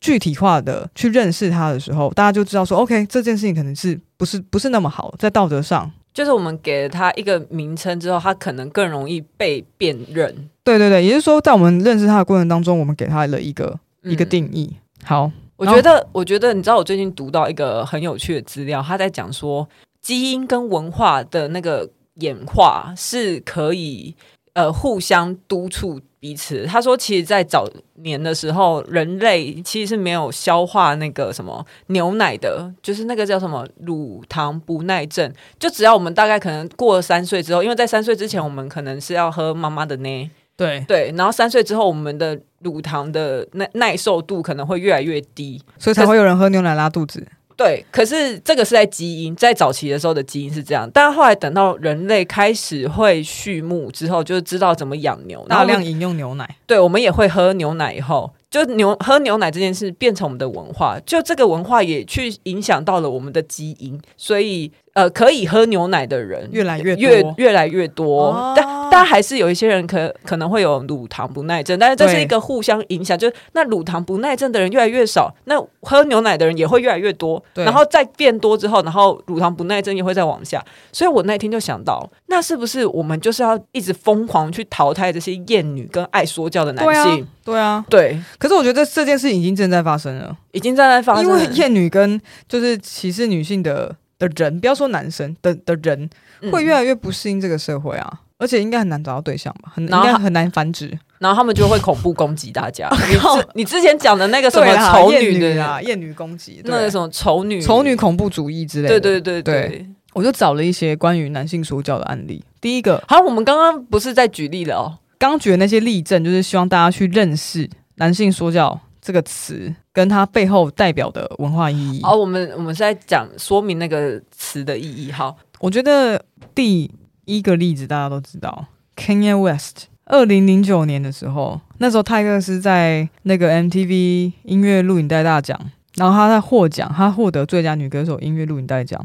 Speaker 1: 具体化的去认识它的时候，大家就知道说，OK，这件事情可能是不是不是那么好，在道德上，
Speaker 2: 就是我们给了他一个名称之后，他可能更容易被辨认。
Speaker 1: 对对对，也就是说，在我们认识它的过程当中，我们给它了一个、
Speaker 2: 嗯
Speaker 1: 一个，定义。好，
Speaker 2: 我觉得，我觉得，你知道，我最近读到一个很有趣的资料，他在讲说基因跟文化的那个演化是可以呃互相督促彼此。他说，其实，在早年的时候，人类其实是没有消化那个什么牛奶的，就是那个叫什么乳糖不耐症。就只要我们大概可能过了三岁之后，因为在三岁之前，我们可能是要喝妈妈的奶。
Speaker 1: 对
Speaker 2: 对，然后三岁之后，我们的乳糖的耐耐受度可能会越来越低。
Speaker 1: 所以才会有人喝牛奶拉肚子。
Speaker 2: 对，可是这个是在基因，在早期的时候的基因是这样，但后来等到人类开始会畜牧之后，就知道怎么养牛，
Speaker 1: 大
Speaker 2: 然后
Speaker 1: 量饮用牛奶，
Speaker 2: 对，我们也会喝牛奶以后，就牛喝牛奶这件事变成我们的文化，就这个文化也去影响到了我们的基因，所以呃，可以喝牛奶的人
Speaker 1: 越来越多
Speaker 2: 越越来越多，
Speaker 1: 哦
Speaker 2: 但但还是有一些人可可能会有乳糖不耐症，但是这是
Speaker 1: 对
Speaker 2: 一个互相影响，就是那乳糖不耐症的人越来越少，那喝牛奶的人也会越来越多，
Speaker 1: 对
Speaker 2: 然后再变多之后，然后乳糖不耐症也会再往下。所以我那天就想到，那是不是我们就是要一直疯狂去淘汰这些厌女跟爱说教的男
Speaker 1: 对啊
Speaker 2: 性？，
Speaker 1: 对啊。
Speaker 2: 对，
Speaker 1: 可是我觉得这件事已经正在发生了，
Speaker 2: 已经正在发生
Speaker 1: 因
Speaker 2: 了，
Speaker 1: 为厌女跟就是歧视女性的的人，不要说男生的的人，
Speaker 2: 嗯
Speaker 1: 会越来越不适应这个社会啊。而且应该很难找到对象吧，很应
Speaker 2: 嗯然后
Speaker 1: 该
Speaker 2: 他
Speaker 1: 很难繁殖。
Speaker 2: 然后他们就会恐怖攻击 大家。你之你之前讲的那个什么
Speaker 1: 啦
Speaker 2: 丑
Speaker 1: 厌
Speaker 2: 女
Speaker 1: 女
Speaker 2: 的
Speaker 1: 啊，，厌女攻击，
Speaker 2: 那个
Speaker 1: 对
Speaker 2: 什么丑女，
Speaker 1: 丑女，恐怖主义之类的。
Speaker 2: 对对对对
Speaker 1: 对。我就找了一些关于男性说教的案例。第一个，
Speaker 2: 好，我们刚刚不是在举例了哦，
Speaker 1: 刚举的那些例证，就是希望大家去认识“男性说教”这个词跟它背后代表的文化意义。
Speaker 2: 哦，我们我们是在讲说明那个词的意义。好，
Speaker 1: 我觉得第一个例子大家都知道，Kanye West。二零零九年的时候，那时候泰克斯在那个 MTV 音乐录影带大奖，然后他在获奖，他获得最佳女歌手音乐录影带奖，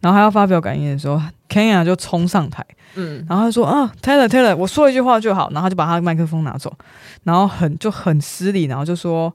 Speaker 1: 然后他要发表感言的时候，Kenya 就冲上台，
Speaker 2: 嗯，
Speaker 1: 然后他说啊，Taylor Taylor，我说一句话就好，然后他就把他的麦克风拿走，然后很就很失礼，然后就说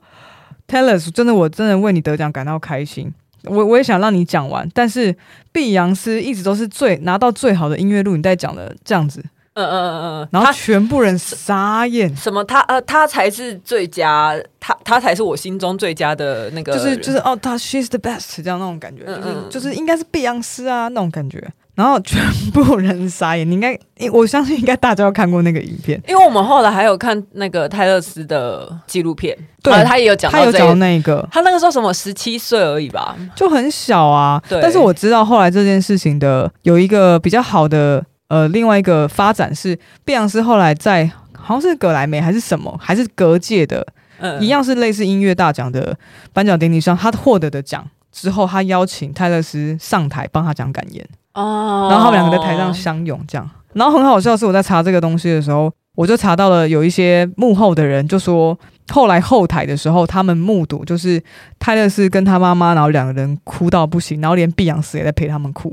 Speaker 1: ，Taylor，真的我真的为你得奖感到开心，我我也想让你讲完，但是碧昂斯一直都是最拿到最好的音乐录影带奖的这样子，
Speaker 2: 嗯嗯嗯嗯嗯，
Speaker 1: 然后
Speaker 2: 他
Speaker 1: 全部人傻眼，
Speaker 2: 什么他呃他才是最佳，他他才是我心中最佳的那个
Speaker 1: 就
Speaker 2: 人，
Speaker 1: 是就是哦，他 she's the best 这样那种感觉，
Speaker 2: 嗯嗯
Speaker 1: 就是就是应该是碧昂斯啊那种感觉，然后全部人傻眼，你应该我相信应该大家都看过那个影片，
Speaker 2: 因为我们后来还有看那个泰勒斯的纪录片，
Speaker 1: 对
Speaker 2: 啊他也有讲
Speaker 1: 他
Speaker 2: 到
Speaker 1: 有
Speaker 2: 这
Speaker 1: 讲到
Speaker 2: 个，
Speaker 1: 那一个。
Speaker 2: 他那个时候什么十七岁而已吧，
Speaker 1: 就很小啊。
Speaker 2: 对
Speaker 1: 但是我知道后来这件事情的有一个比较好的呃，另外一个发展是，碧昂斯后来在好像是格莱美还是什么，还是隔届的，
Speaker 2: 嗯，
Speaker 1: 一样是类似音乐大奖的颁奖典礼上，他获得的奖。之后，他邀请泰勒斯上台帮他讲感言，
Speaker 2: 哦，
Speaker 1: 然后他们两个在台上相拥这样。然后很好笑的是，我在查这个东西的时候，我就查到了有一些幕后的人就说，后来后台的时候，他们目睹就是泰勒斯跟他妈妈，然后两个人哭到不行，然后连碧昂斯也在陪他们哭。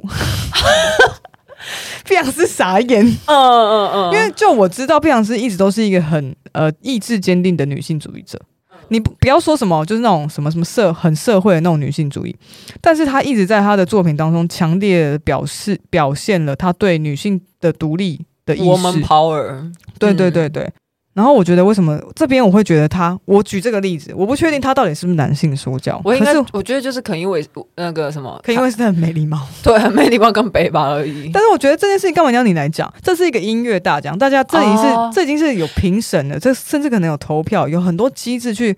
Speaker 1: 碧昂斯傻眼，
Speaker 2: 嗯嗯嗯，
Speaker 1: 因为就我知道，碧昂斯一直都是一个很呃意志坚定的女性主义者。
Speaker 2: 嗯
Speaker 1: 你不不要说什么，就是那种什么什么社很社会的那种女性主义，但是她一直在她的作品当中强烈地表示表现了她对女性的独立的意
Speaker 2: 我们
Speaker 1: 识。
Speaker 2: power，
Speaker 1: 对
Speaker 2: 嗯
Speaker 1: 对对对。然后我觉得为什么这边我会觉得她，我举这个例子，我不确定她到底是不是男性说教，
Speaker 2: 我应
Speaker 1: 可
Speaker 2: 该
Speaker 1: 是
Speaker 2: 我觉得就是肯因为那个什么，
Speaker 1: 可因为是很没礼貌。
Speaker 2: 对魅力棒跟北吧而已。
Speaker 1: 但是我觉得这件事情干嘛要你来讲？这是一个音乐大奖，大家这已经是、
Speaker 2: 哦
Speaker 1: 这已经是有评审了，这甚至可能有投票，有很多机制去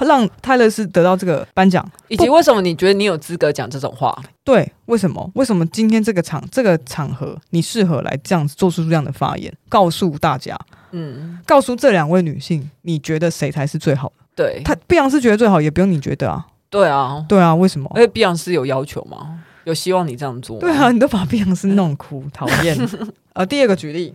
Speaker 1: 让泰勒斯得到这个颁奖。
Speaker 2: 以及为什么你觉得你有资格讲这种话？
Speaker 1: 对，为什么？为什么今天这个场这个场合你适合来这样子做出这样的发言，告诉大家，
Speaker 2: 嗯，
Speaker 1: 告诉这两位女性，你觉得谁才是最好的？
Speaker 2: 对，
Speaker 1: 她碧昂斯觉得最好，也不用你觉得啊。
Speaker 2: 对啊。
Speaker 1: 对啊，为什么？
Speaker 2: 而且碧昂斯有要求吗？有希望你这样做？
Speaker 1: 对啊，，你都把碧昂斯弄哭，讨 厌。呃，第二个举例，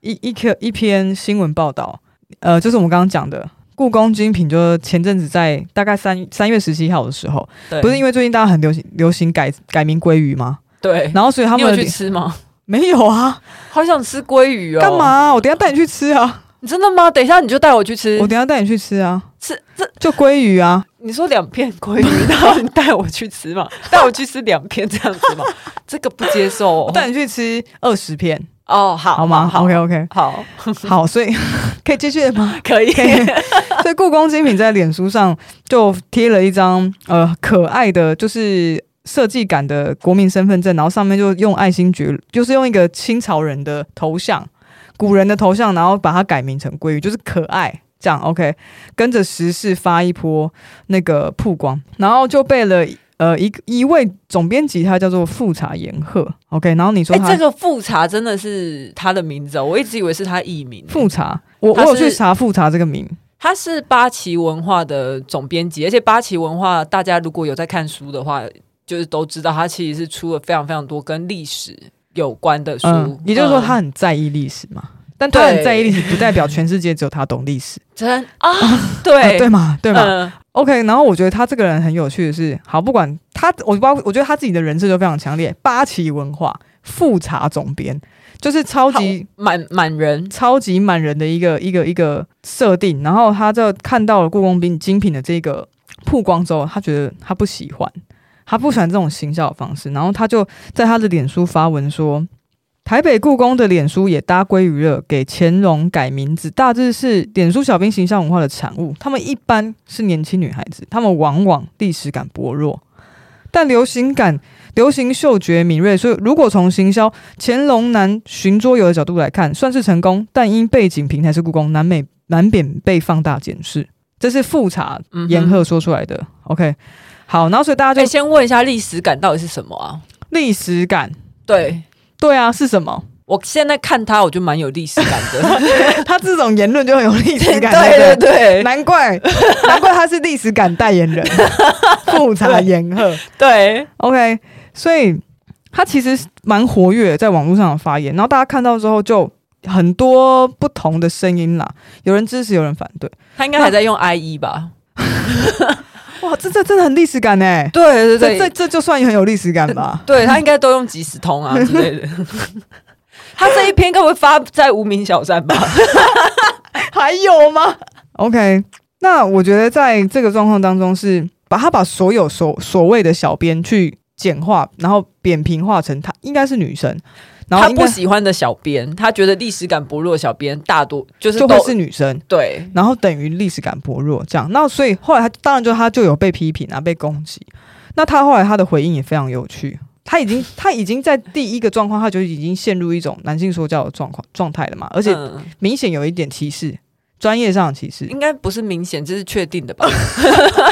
Speaker 1: 一一篇一篇新闻报道，呃，就是我们刚刚讲的。故宫精品就是前阵子在大概三三月十七号的时候，
Speaker 2: 对，
Speaker 1: 不是因为最近大家很流行流行改改名鲑鱼吗？
Speaker 2: 对。
Speaker 1: 然后所以他
Speaker 2: 嗯你有
Speaker 1: 们
Speaker 2: 去吃吗？
Speaker 1: 没有啊，
Speaker 2: 好想吃鲑鱼哦！
Speaker 1: 干嘛、？我等一下带你去吃啊，
Speaker 2: 你真的吗？等一下你就带我去吃
Speaker 1: 我等一下带你去吃啊，
Speaker 2: 嗯吃这。
Speaker 1: 就鲑鱼啊，
Speaker 2: 你说两片鲑鱼，然后你带我去吃嘛？带我去吃两片这样子嘛？这个不接受
Speaker 1: 我
Speaker 2: 哦。
Speaker 1: 带你去吃二十片，
Speaker 2: 哦，好，
Speaker 1: 好吗
Speaker 2: 好
Speaker 1: ？OK OK，
Speaker 2: 好，
Speaker 1: 好，所以 可以继续了吗？
Speaker 2: 可以。 哎
Speaker 1: 所以故宫精品在脸书上就贴了一张呃可爱的，就是设计感的国民身份证，然后上面就用爱心觉，就是用一个清朝人的头像，古人的头像，然后把它改名成鲑鱼，就是可爱。这样 OK，跟着时事发一波那个曝光，然后就被了呃一一位总编辑，他叫做富察言鹤 OK，然后你说
Speaker 2: 哎、
Speaker 1: 他、
Speaker 2: 这个富察真的是他的名字哦，我一直以为是他艺名。
Speaker 1: 富察，我我
Speaker 2: 他是
Speaker 1: 有去查富察这个名，
Speaker 2: 他是八旗文化的总编辑，而且八旗文化大家如果有在看书的话，就是都知道他其实是出了非常非常多跟历史有关的书。
Speaker 1: 嗯，也就是说他
Speaker 2: 嗯
Speaker 1: 很在意历史嘛。但他很在意历史，不代表全世界只有他懂历史，
Speaker 2: 真啊，
Speaker 1: 啊
Speaker 2: 对
Speaker 1: 对吗？对吗、
Speaker 2: 嗯
Speaker 1: o k 然后我觉得他这个人很有趣的是，好，不管他，我包，我觉得他自己的人设就非常强烈，八旗文化富察总编，就是超级
Speaker 2: 满满人，
Speaker 1: 超级满人的一个一个一个设定，然后他就看到了故宫兵精品的这个曝光之后，他觉得他不喜欢，他不喜欢这种行销的方式，然后他就在他的脸书发文说，台北故宫的脸书也搭归娱乐，给乾隆改名字，大致是脸书小兵形象文化的产物。他们一般是年轻女孩子，他们往往历史感薄弱，但流行感。流行嗅觉敏锐，所以如果从行销乾隆南巡桌游的角度来看，算是成功，但因背景平台是故宫，难免难免被放大检视。这是复查
Speaker 2: 嗯哼
Speaker 1: 严鹤说出来的。OK，好，然后所以大
Speaker 2: 哎、
Speaker 1: 家就
Speaker 2: 先问一下历史感到底是什么啊？
Speaker 1: 历史感，
Speaker 2: 对
Speaker 1: 对啊，是什么？
Speaker 2: 我现在看他，我就蛮有历史感的。
Speaker 1: 他这种言论就很有 历史
Speaker 2: 哎对
Speaker 1: 感，
Speaker 2: 对
Speaker 1: 不
Speaker 2: 对
Speaker 1: 难 怪难怪他是历史感代言人。复查严鹤
Speaker 2: 对，
Speaker 1: ，OK，所以他其实蛮活跃在网络上的发言，然后大家看到之后就很多不同的声音啦，有人支持，有人反对。
Speaker 2: 他应该还在用 IE 吧？
Speaker 1: 哇，这这真的很历史感哎、
Speaker 2: 对
Speaker 1: 这这这就算很有历史感吧？
Speaker 2: 对他应该都用即时通啊之类 的。他这一篇该不会发在无名小站吧？
Speaker 1: 还有吗？OK，那我觉得在这个状况当中是把他把所有所所谓的小编去简化，然后扁平化成她应该是女生，然后
Speaker 2: 他
Speaker 1: 应
Speaker 2: 不
Speaker 1: 该
Speaker 2: 喜欢的小编，他觉得历史感薄弱的小编大多就是
Speaker 1: 就
Speaker 2: 都
Speaker 1: 会是女生。
Speaker 2: 对，
Speaker 1: 然后等于历史感薄弱这样。那所以后来他当然就他就有被批评啊，被攻击。那他后来他的回应也非常有趣，他已经他已经在第一个状况，他就已经陷入一种男性说教的状况状态了嘛，而
Speaker 2: 而
Speaker 1: 且明显有一点歧视。专业上的歧视，
Speaker 2: 嗯应该不是明显，这是确定的吧？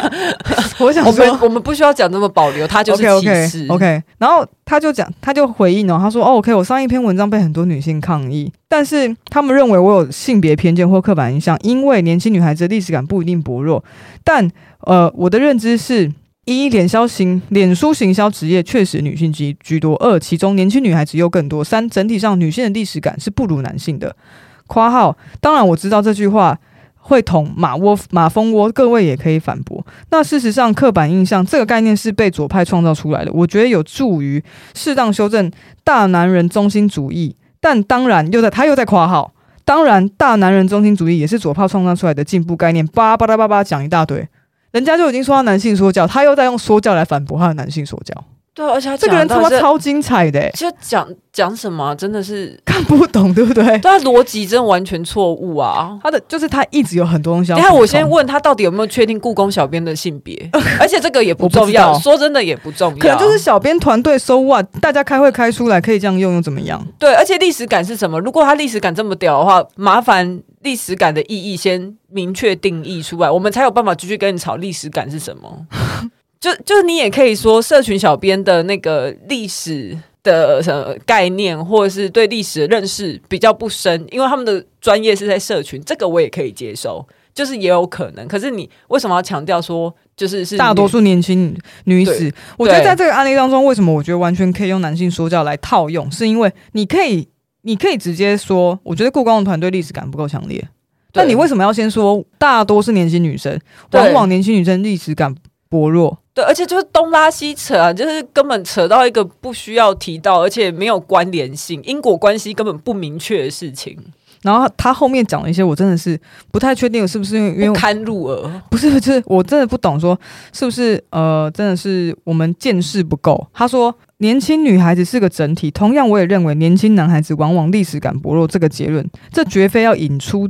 Speaker 1: 我想
Speaker 2: 我
Speaker 1: 说
Speaker 2: 们我们不需要讲这么保留，他就是
Speaker 1: o
Speaker 2: 歧
Speaker 1: k
Speaker 2: 视。
Speaker 1: OK OK，然后他就讲，他就回应哦，他说、哦、OK，我上一篇文章被很多女性抗议，但是他们认为我有性别偏见或刻板印象，因为年轻女孩子的历史感不一定薄弱，但呃，我的认知是。一脸销行，脸书行销职业确实女性居居多。二，其中年轻女孩子又更多。三，整体上女性的历史感是不如男性的。（括号）当然，我知道这句话会捅马窝马蜂窝，各位也可以反驳。那事实上，刻板印象这个概念是被左派创造出来的，我觉得有助于适当修正大男人中心主义。但当然，又在他又在括号，当然大男人中心主义也是左派创造出来的进步概念，叭叭叭叭叭讲一大堆。人家就已经说他男性说教，他又在用说教来反驳他的男性说教。
Speaker 2: 对，而且他
Speaker 1: 这个人他
Speaker 2: 讲
Speaker 1: 妈
Speaker 2: 到这
Speaker 1: 超精彩的、欸，
Speaker 2: 就讲讲什么啊、真的是，
Speaker 1: 看不懂对不 对？
Speaker 2: 对他逻辑真的完全错误 啊！
Speaker 1: 他的就是他一直有很多东西要
Speaker 2: 等
Speaker 1: 补
Speaker 2: 一
Speaker 1: 充。
Speaker 2: 下我先问他到底有没有确定故宫小编的性 别，而且这个也
Speaker 1: 我
Speaker 2: 不
Speaker 1: 不知
Speaker 2: 重要，
Speaker 1: 道
Speaker 2: 说真的也不重要，
Speaker 1: 可能就是小编团队 so what，大家开会开出来可以这样用又怎么样？
Speaker 2: 对，而且历史感是什么？如果他历史感这么屌的话，麻烦历史感的意义先明确定义出来，我们才有办法继续跟你吵历史感是什么。 就就你也可以说，社群小编的那个历史的什么概念，或者是对历史的认识比较不深，因为他们的专业是在社群，这个我也可以接受，就是也有可能。可是你为什么要强调说，就是是
Speaker 1: 大多
Speaker 2: 女
Speaker 1: 数年轻女子，我觉得在这个案例当中，为什么我觉得完全可以用男性说教来套用，是因为你可以，你可以直接说，我觉得故宫的团队历史感不够强烈。
Speaker 2: 对
Speaker 1: 但你为什么要先说大多是年轻女生？往
Speaker 2: 对
Speaker 1: 往年轻女生历史感薄弱，
Speaker 2: 对，而且就是东拉西扯啊，就是根本扯到一个不需要提到，而且没有关联性、因果关系根本不明确的事情，
Speaker 1: 然后她后面讲了一些，我真的是不太确定是不是因为因为
Speaker 2: 不堪入耳。
Speaker 1: 不是，就是我真的不懂，说是不是呃，真的是我们见识不够。他说，年轻女孩子是个整体，同样我也认为年轻男孩子往往历史感薄弱这个结论，这绝非要引出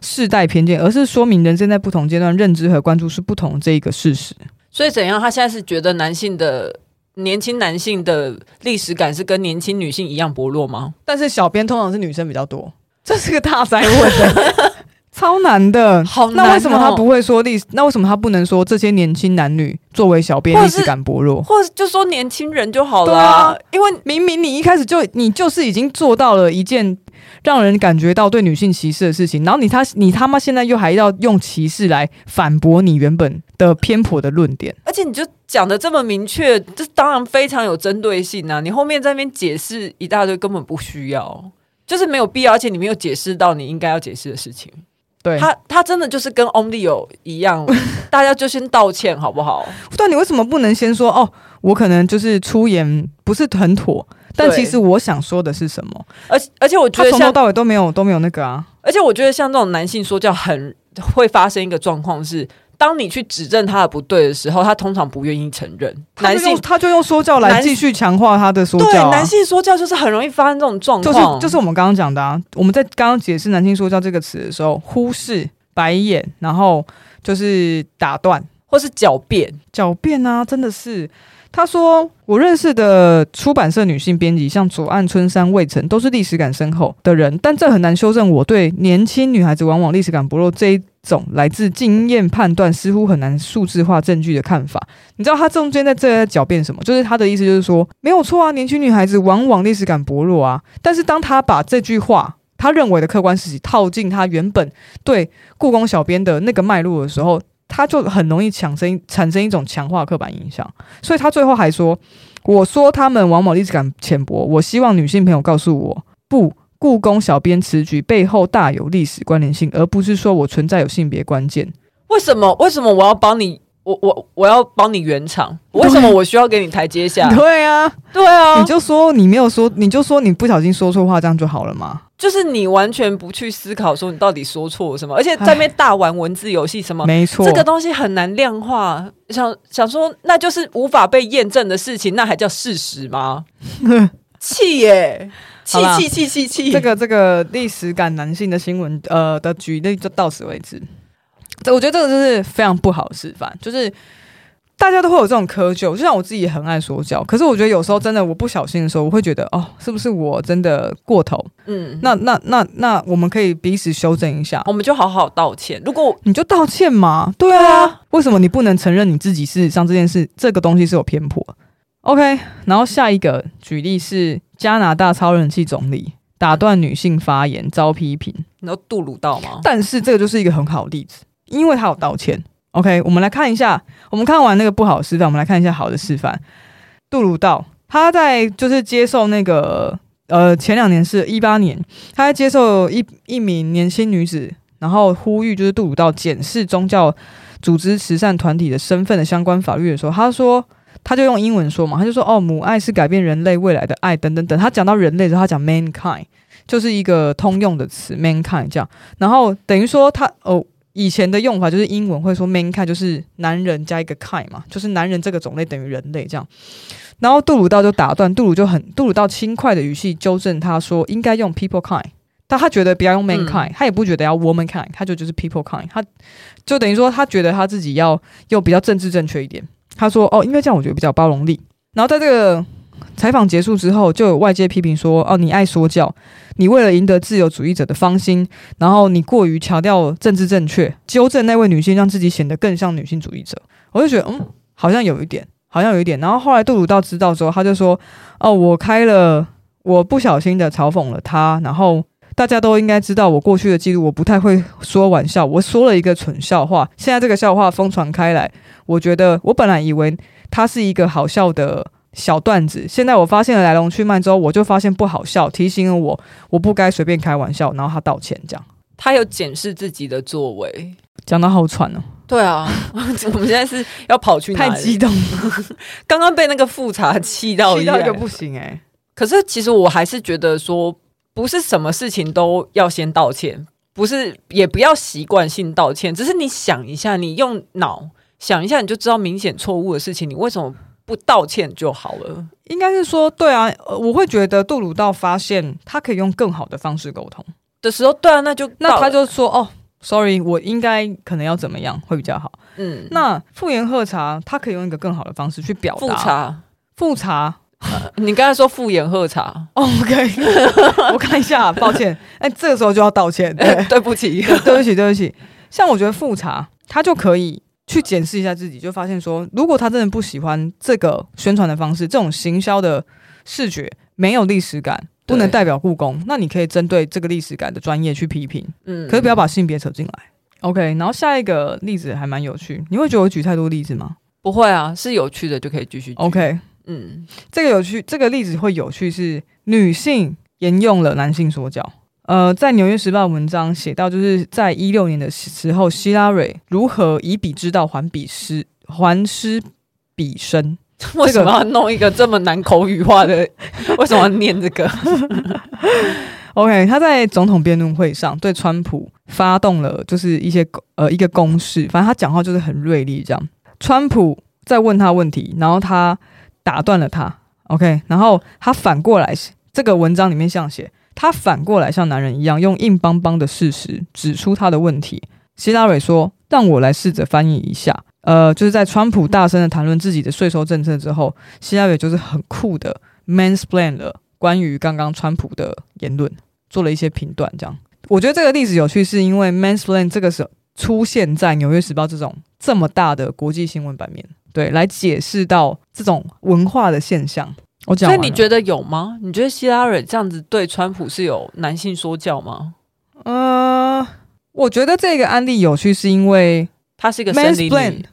Speaker 1: 世代偏见，而是说明人生在不同阶段认知和关注是不同这一个事实。
Speaker 2: 所以怎样？他现在是觉得男性的年轻男性的历史感是跟年轻女性一样薄弱吗？
Speaker 1: 但是小编通常是女生比较多，这是个大灾问， 哦超难的。
Speaker 2: 好难、
Speaker 1: 嗯
Speaker 2: 哦
Speaker 1: 那为什么他？不会说历史？那为什么他不能说这些年轻男女作为小编
Speaker 2: 或
Speaker 1: 历
Speaker 2: 者是
Speaker 1: 史感薄弱？
Speaker 2: 或者就说年轻人就好了、
Speaker 1: 对啊
Speaker 2: 因为
Speaker 1: 明明你一开始就你就是已经做到了一件让人感觉到对女性歧视的事情，然后你他你他妈现在又还要用歧视来反驳你原本的偏颇的论点，
Speaker 2: 而且你就讲的这么明确，这当然非常有针对性啊！你后面在那边解释一大堆，根本不需要，就是没有必要，而且你没有解释到你应该要解释的事情。
Speaker 1: 对，
Speaker 2: 他他真的就是跟 Only 有一 样，大家就先道歉好不好？
Speaker 1: 但你为什么不能先说哦？我可能就是出言不是很妥，但
Speaker 2: 对
Speaker 1: 其实我想说的是什么？
Speaker 2: 而而且我觉
Speaker 1: 他
Speaker 2: 得
Speaker 1: 从头
Speaker 2: 像，
Speaker 1: 到尾都没有都没有那个啊，
Speaker 2: 而且我觉得像这种男性说教很会发生一个状况是，当你去指证他的不对的时候，他通常不愿意承认。
Speaker 1: 他
Speaker 2: 男
Speaker 1: 就
Speaker 2: 性
Speaker 1: 用他就用说教来
Speaker 2: 男
Speaker 1: 继续强化他的说
Speaker 2: 对
Speaker 1: 教、啊。
Speaker 2: 男性说教就是很容易发生这种状
Speaker 1: 就
Speaker 2: 况，
Speaker 1: 是就是我们刚刚讲的啊，我们在刚刚解释“男性说教”这个词的时候，忽视、白眼，然后就是打断、
Speaker 2: 或是狡辩，
Speaker 1: 狡辩啊，真的是。他说，我认识的出版社女性编辑，像左岸、春山、魏晨，都是历史感深厚的人，但这很难修正我对年轻女孩子往往历史感薄弱这一种来自经验判断，似乎很难数字化证据的看法。你知道他中间在这在狡辩什么？就是他的意思就是说，没有错啊，年轻女孩子往往历史感薄弱啊。但是当他把这句话他认为的客观事实套进他原本对故宫小编的那个脉络的时候，他就很容易产生产生一种强化刻板印象。所以他最后还说：“我说他们往往历史感浅薄，我希望女性朋友告诉我，不，故宫小编此举背后大有历史关联性，而不是说我存在有性别关键。”
Speaker 2: 为什么？为什么我要帮你？我我我要帮你圆场？为什么我需要给你台阶下？
Speaker 1: 对啊，
Speaker 2: 对啊
Speaker 1: 你，就说你没有说，你就说你不小心说错话，这样就好了嘛？
Speaker 2: 就是你完全不去思考说你到底说错了什么，而且在那边大玩文字游戏什么，
Speaker 1: 没错，
Speaker 2: 这个东西很难量化。想想说，那就是无法被验证的事情，那还叫事实 吗？气耶、
Speaker 1: 好啦
Speaker 2: 气气气气气！
Speaker 1: 这个这个历史感男性的新闻，呃的举例就到此为止。这我觉得这个就是非常不好的示范，就是大家都会有这种窠臼，就像我自己也很爱说教，可是我觉得有时候真的我不小心的时候，我会觉得哦，是不是我真的过头？
Speaker 2: 嗯，
Speaker 1: 那那那那我们可以彼此修正一下，
Speaker 2: 我们就好好道歉。如果
Speaker 1: 你就道歉嘛。对
Speaker 2: 对
Speaker 1: 啊
Speaker 2: 啊，
Speaker 1: 为什么你不能承认你自己事实上这件事这个东西是有偏颇？OK，然后下一个举例是加拿大超人气总理打断女性发言遭批评，
Speaker 2: 你要杜鲁道吗？
Speaker 1: 但是这个就是一个很好的例子，因为他有道歉。OK，我们来看一下，我们看完那个不好的示范，我们来看一下好的示范。杜鲁道他在就是接受那个呃前两年是一八年，他在接受一一名年轻女子，然后呼吁就是杜鲁道检视宗教组织慈善团体的身份的相关法律的时候，他说。他就用英文说嘛，他就说哦，母爱是改变人类未来的爱，等等等。他讲到人类的时候，他讲 mankind 就是一个通用的词，mankind 这样。然后等于说他哦，以前的用法就是英文会说 mankind 就是男人加一个 kind 嘛，就是男人这个种类等于人类这样。然后杜鲁道就打断，杜鲁就很杜鲁道轻快的语气纠正他说应该用 people kind。但他觉得不要用 mankind，、他也不觉得要 woman kind，他就就是 people kind，他就等于说他觉得他自己要又比较政治正确一点。他说哦，因为这样我觉得比较有包容力。然后在这个采访结束之后，就有外界批评说哦，你爱说教，你为了赢得自由主义者的芳心，然后你过于强调政治正确，纠正那位女性，让自己显得更像女性主义者。我就觉得，嗯，好像有一点，好像有一点。然后后来杜鲁道知道之后，他就说：“哦，我开了，我不小心的嘲讽了他。”然后大家都应该知道我过去的记录，我不太会说玩笑，我说了一个蠢笑话。现在这个笑话疯传开来，我觉得我本来以为它是一个好笑的。小段子，现在我发现了来龙去脉之后，我就发现不好笑，提醒了我我不该随便开玩笑，然后他道歉，这样
Speaker 2: 他有检视自己的作为。
Speaker 1: 讲到好喘哦、
Speaker 2: 对啊， 我们现在是要跑去哪
Speaker 1: 太
Speaker 2: 里？
Speaker 1: 激动，
Speaker 2: 刚刚被那个复查气到
Speaker 1: 气到一
Speaker 2: 一
Speaker 1: 个
Speaker 2: 个
Speaker 1: 不行哎、
Speaker 2: 可是其实我还是觉得说，不是什么事情都要先道歉，不是也不要习惯性道歉，只是你想一下，你用脑想一下，你就知道明显错误的事情，你为什么不道歉就好了？
Speaker 1: 应该是说对啊，呃我会觉得杜鲁道发现他可以用更好的方式沟通，
Speaker 2: 的时候，对啊，那就
Speaker 1: 那
Speaker 2: 到
Speaker 1: 他
Speaker 2: 了
Speaker 1: 就说哦，sorry，我应该可能要怎么样会比较好。
Speaker 2: 嗯，
Speaker 1: 那复原喝茶，他可以用一个更好的方式去表达。
Speaker 2: 复查。
Speaker 1: 复查
Speaker 2: 你刚才说复言喝茶，，
Speaker 1: 哦，OK，我 看一下，抱歉，哎、这个时候就要道 歉，对
Speaker 2: 对不起，
Speaker 1: 对不起，对不起。像我觉得复查，他就可以去检视一下自己，就发现说，如果他真的不喜欢这个宣传的方式，这种行销的视觉没有历史感，不能
Speaker 2: 对
Speaker 1: 代表故宫，那你可以针对这个历史感的专业去批评，
Speaker 2: 嗯，
Speaker 1: 可是不要把性别扯进来。OK，然后下一个例子还蛮有趣，你会觉得我举太多例子吗
Speaker 2: 不会啊，是有趣的就可以继续举
Speaker 1: ？OK，
Speaker 2: 嗯，
Speaker 1: 这个有趣，这个例子会有趣是女性沿用了男性说教，呃，在《纽约时报》文章写到，就是在一六年的时候，希拉蕊如何以彼之道还彼师，还施彼身。
Speaker 2: 为什么要弄一个这么难口语化的？ 为什么要念这个？
Speaker 1: OK，他在总统辩论会上对川普发动了就是一些呃一个攻势，反正他讲话就是很锐利这样。川普在问他问题，然后他打断了他。OK，然后他反过来，这个文章里面像写他反过来像男人一样，用硬邦邦的事实指出他的问题。希拉蕊说：“让我来试着翻译一下。”呃，就是在川普大声的谈论自己的税收政策之后，希拉蕊就是很酷的 mansplain 了。关于刚刚川普的言论做了一些评断，这样我觉得这个例子有趣，是因为 mansplain 这个时候出现在《纽约时报》这种这么大的国际新闻版面，对，来解释到这种文化的现象。我讲，
Speaker 2: 所以你觉得有吗？你觉得希拉蕊这样子对川普是有男性说教吗？
Speaker 1: 呃，我觉得这个案例有趣，是因为
Speaker 2: 他是一个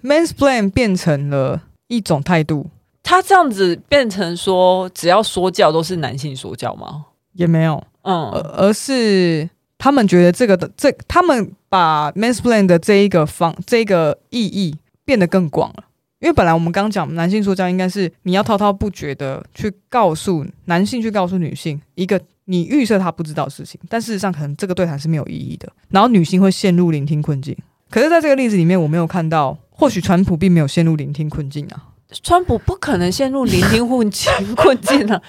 Speaker 1: mansplain，mansplain 变成了一种态度。
Speaker 2: 他这样子变成说，只要说教都是男性说教吗？
Speaker 1: 也没有，
Speaker 2: 嗯，
Speaker 1: 而而是他们觉得这个的这，他们把 mansplain 的这一个方这个意义变得更广了。因为本来我们刚讲男性说教应该是你要滔滔不绝的去告诉男性去告诉女性一个你预设他不知道的事情，但事实上可能这个对谈是没有意义的，然后女性会陷入聆听困境。可是，在这个例子里面，我没有看到，或许川普并没有陷入聆听困境啊。
Speaker 2: 川普不可能陷入聆听困 境困境啊，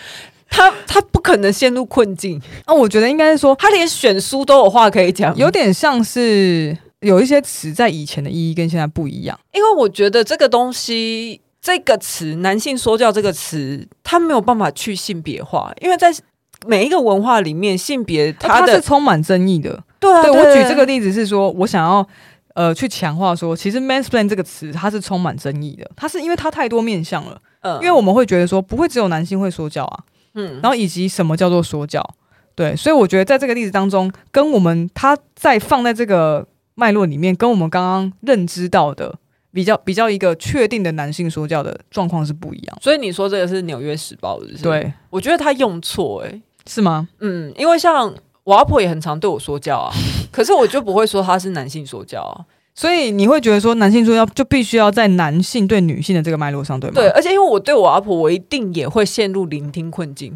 Speaker 2: 他他不可能陷入困境
Speaker 1: 啊！我觉得应该是说，
Speaker 2: 他连选书都有话可以讲，
Speaker 1: 有点像是有一些词在以前的意义跟现在不一样。
Speaker 2: 因为我觉得这个东西，这个词“男性说教”这个词，它没有办法去性别化，因为在每一个文化里面，性别它
Speaker 1: 啊是充满争议的。
Speaker 2: 啊对啊，
Speaker 1: 对
Speaker 2: 对
Speaker 1: 我举这个例子是说，我想要。呃，去强化说，其实 “mansplain” 这个词它是充满争议的，它是因为它太多面向了。
Speaker 2: 嗯，
Speaker 1: 因为我们会觉得说，不会只有男性会说教啊，
Speaker 2: 嗯，
Speaker 1: 然后以及什么叫做说教，对，所以我觉得在这个例子当中，跟我们它在放在这个脉络里面，跟我们刚刚认知到的比较比较一个确定的男性说教的状况是不一样。
Speaker 2: 所以你说这个是《纽约时报》是不是？，
Speaker 1: 对，
Speaker 2: 我觉得他用错哎、
Speaker 1: 是吗？
Speaker 2: 嗯，因为像我阿婆也很常对我说教 啊，可是我就不会说他是男性说教啊。
Speaker 1: 所以你会觉得说，男性说教就必须要在男性对女性的这个脉络上，对吗？
Speaker 2: 对，，而且因为我对我阿婆，我一定也会陷入聆听困境，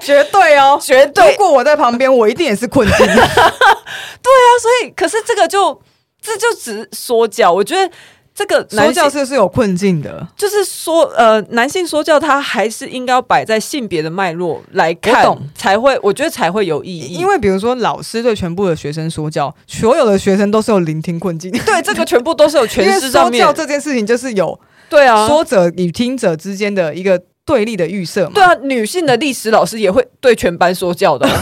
Speaker 1: 绝对哦。
Speaker 2: 绝对
Speaker 1: 如果我在旁边，我一定也是困 境。
Speaker 2: 所以，可是这个就这就只是说教，我觉得这个
Speaker 1: 说
Speaker 2: 男
Speaker 1: 教
Speaker 2: 性
Speaker 1: 是是有困境的，
Speaker 2: 就是说呃，男性说教他还是应该要摆在性别的脉络来看
Speaker 1: 我懂，
Speaker 2: 才会我觉得才会有意义。
Speaker 1: 因为比如说老师对全部的学生说教，所有的学生都是有聆听困境。
Speaker 2: 对这个 全部都是有
Speaker 1: 因
Speaker 2: 诠
Speaker 1: 为
Speaker 2: 释上
Speaker 1: 说
Speaker 2: 面
Speaker 1: 教，这件事情就是有
Speaker 2: 对啊，
Speaker 1: 说者与听者之间的一个对立的预设嘛。
Speaker 2: 对啊，女性的历史老师也会对全班说教的哦、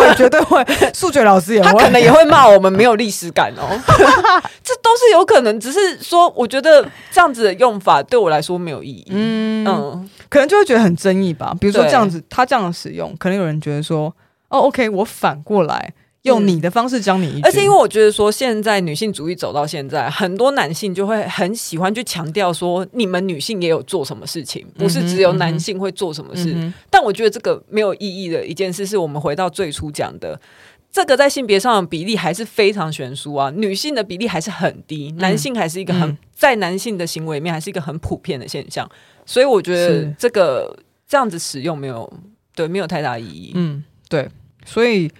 Speaker 1: 会绝对会，数学老师也
Speaker 2: 他可
Speaker 1: 会。
Speaker 2: 能也会骂我们没有历史感哦， 这都是有可能。只是说，我觉得这样子的用法对我来说没有意义。嗯
Speaker 1: 嗯，可能就会觉得很争议吧。比如说
Speaker 2: 对
Speaker 1: 这样子，他这样使用，可能有人觉得说，哦，OK，我反过来用你的方式教你一句，
Speaker 2: 嗯而且因为我觉得说，现在女性主义走到现在，很多男性就会很喜欢去强调说，你们女性也有做什么事情，不是只有男性会做什么事。
Speaker 1: 嗯哼
Speaker 2: 但我觉得这个没有意义的一件事，是我们回到最初讲的。这个在性别上的比例还是非常悬殊啊，女性的比例还是很低，男性还是一个很、
Speaker 1: 嗯
Speaker 2: 在男性的行为里面还是一个很普遍的现象，所以我觉得
Speaker 1: 是
Speaker 2: 这个这样子使用没有对没有太大意义。
Speaker 1: 嗯，对，所以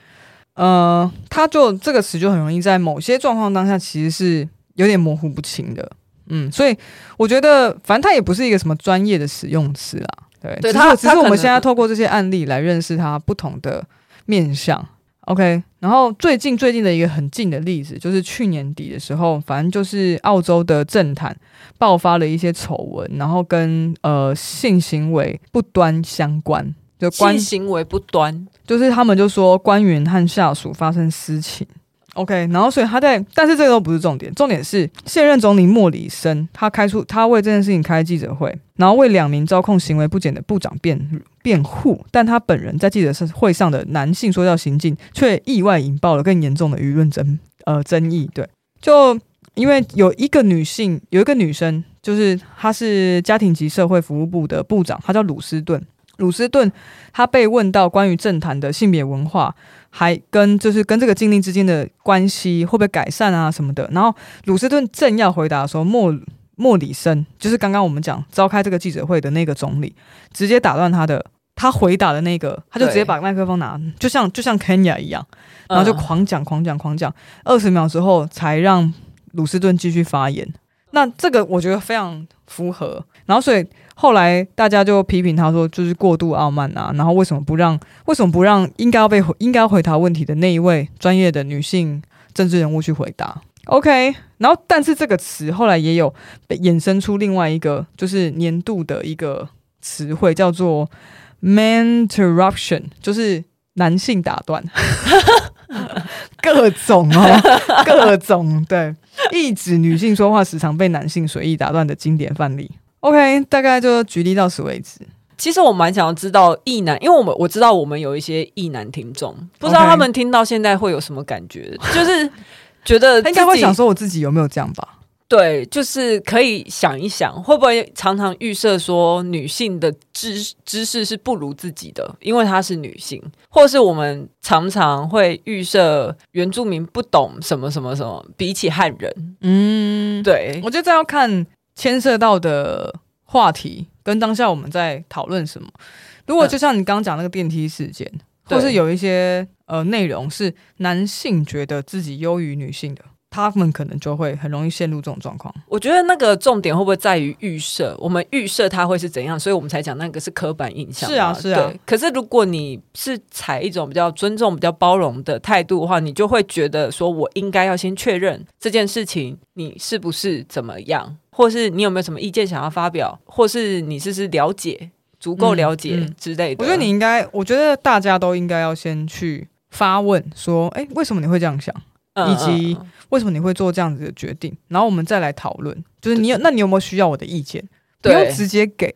Speaker 1: 呃，他就这个词就很容易在某些状况当下其实是有点模糊不清的，嗯，所以我觉得反正它也不是一个什么专业的使用词啦，对，
Speaker 2: 对
Speaker 1: 只
Speaker 2: 它
Speaker 1: 是只
Speaker 2: 它
Speaker 1: 是
Speaker 2: 可
Speaker 1: 我们
Speaker 2: 能
Speaker 1: 现在透过这些案例来认识它不同的面向。OK，然后最近最近的一个很近的例子，就是去年底的时候，反正就是澳洲的政坛爆发了一些丑闻，然后跟呃性行为不端相关，就关
Speaker 2: 性行为不端，
Speaker 1: 就是他们就说官员和下属发生私情。OK，然后所以他在，但是这个都不是重点，重点是现任总理莫里森，他开出他为这件事情开记者会，然后为两名遭控行为不检的部长辩辩护，但他本人在记者会上的男性说教行径，却意外引爆了更严重的舆论争呃争议。对，就因为有一个女性，有一个女生，就是她是家庭及社会服务部的部长，她叫鲁斯顿，鲁斯顿他被问到关于政坛的性别文化，还跟就是跟这个禁令之间的关系会不会改善啊什么的，然后鲁斯顿正要回答的时候，莫莫里森就是刚刚我们讲召开这个记者会的那个总理，直接打断他的。他回答的那个，他就直接
Speaker 2: 对
Speaker 1: 把麦克风拿，就像就像 Kenya 一样，然后就
Speaker 2: 嗯
Speaker 1: 狂讲狂讲狂讲，二十秒之后才让鲁斯顿继续发言。那这个我觉得非常符合，然后所以后来大家就批评他说，就是过度傲慢啊，然后为什么不让为什么不让应该要被回应该要回答问题的那一位专业的女性政治人物去回答？OK，然后但是这个词后来也有被衍生出另外一个就是年度的一个词汇叫做 man interruption，就是男性打断，各种哦， 各种对，一指女性说话时常被男性随意打断的经典范例。OK，大概就举例到此为止。
Speaker 2: 其实我蛮想要知道异男，因为我们我知道我们有一些异男听众，不知道
Speaker 1: OK
Speaker 2: 他们听到现在会有什么感觉，就是觉得
Speaker 1: 他应该
Speaker 2: 呃自
Speaker 1: 会
Speaker 2: 己
Speaker 1: 想说我自己有没有这样吧？
Speaker 2: 对，就是可以想一想，会不会常常预设说女性的知知识是不如自己的，因为她是女性，或是我们常常会预设原住民不懂什么什么什么，比起汉人，
Speaker 1: 嗯，
Speaker 2: 对
Speaker 1: 我觉得这要看牵涉到的话题跟当下我们在讨论什么。如果
Speaker 2: 嗯
Speaker 1: 就像你刚刚讲那个电梯事件，
Speaker 2: 对
Speaker 1: 或是有一些呃内容是男性觉得自己优于女性的，他们可能就会很容易陷入这种状况。
Speaker 2: 我觉得那个重点会不会在于预设？我们预设它会是怎样，所以我们才讲那个是刻板印象嘛。
Speaker 1: 是啊是啊
Speaker 2: 对。可是如果你是采一种比较尊重、比较包容的态度的话，你就会觉得说我应该要先确认这件事情你是不是怎么样，或是你有没有什么意见想要发表，或是你是不是了解足够了
Speaker 1: 嗯
Speaker 2: 解
Speaker 1: 嗯
Speaker 2: 之类的。
Speaker 1: 我觉得你应该，我觉得大家都应该要先去发问，说，哎、为什么你会这样想？
Speaker 2: 嗯
Speaker 1: 以及
Speaker 2: 嗯嗯
Speaker 1: 为什么你会做这样子的决定？然后我们再来讨论，就是你有，那你有没有需要我的意见？不用
Speaker 2: 对哎
Speaker 1: 直接给，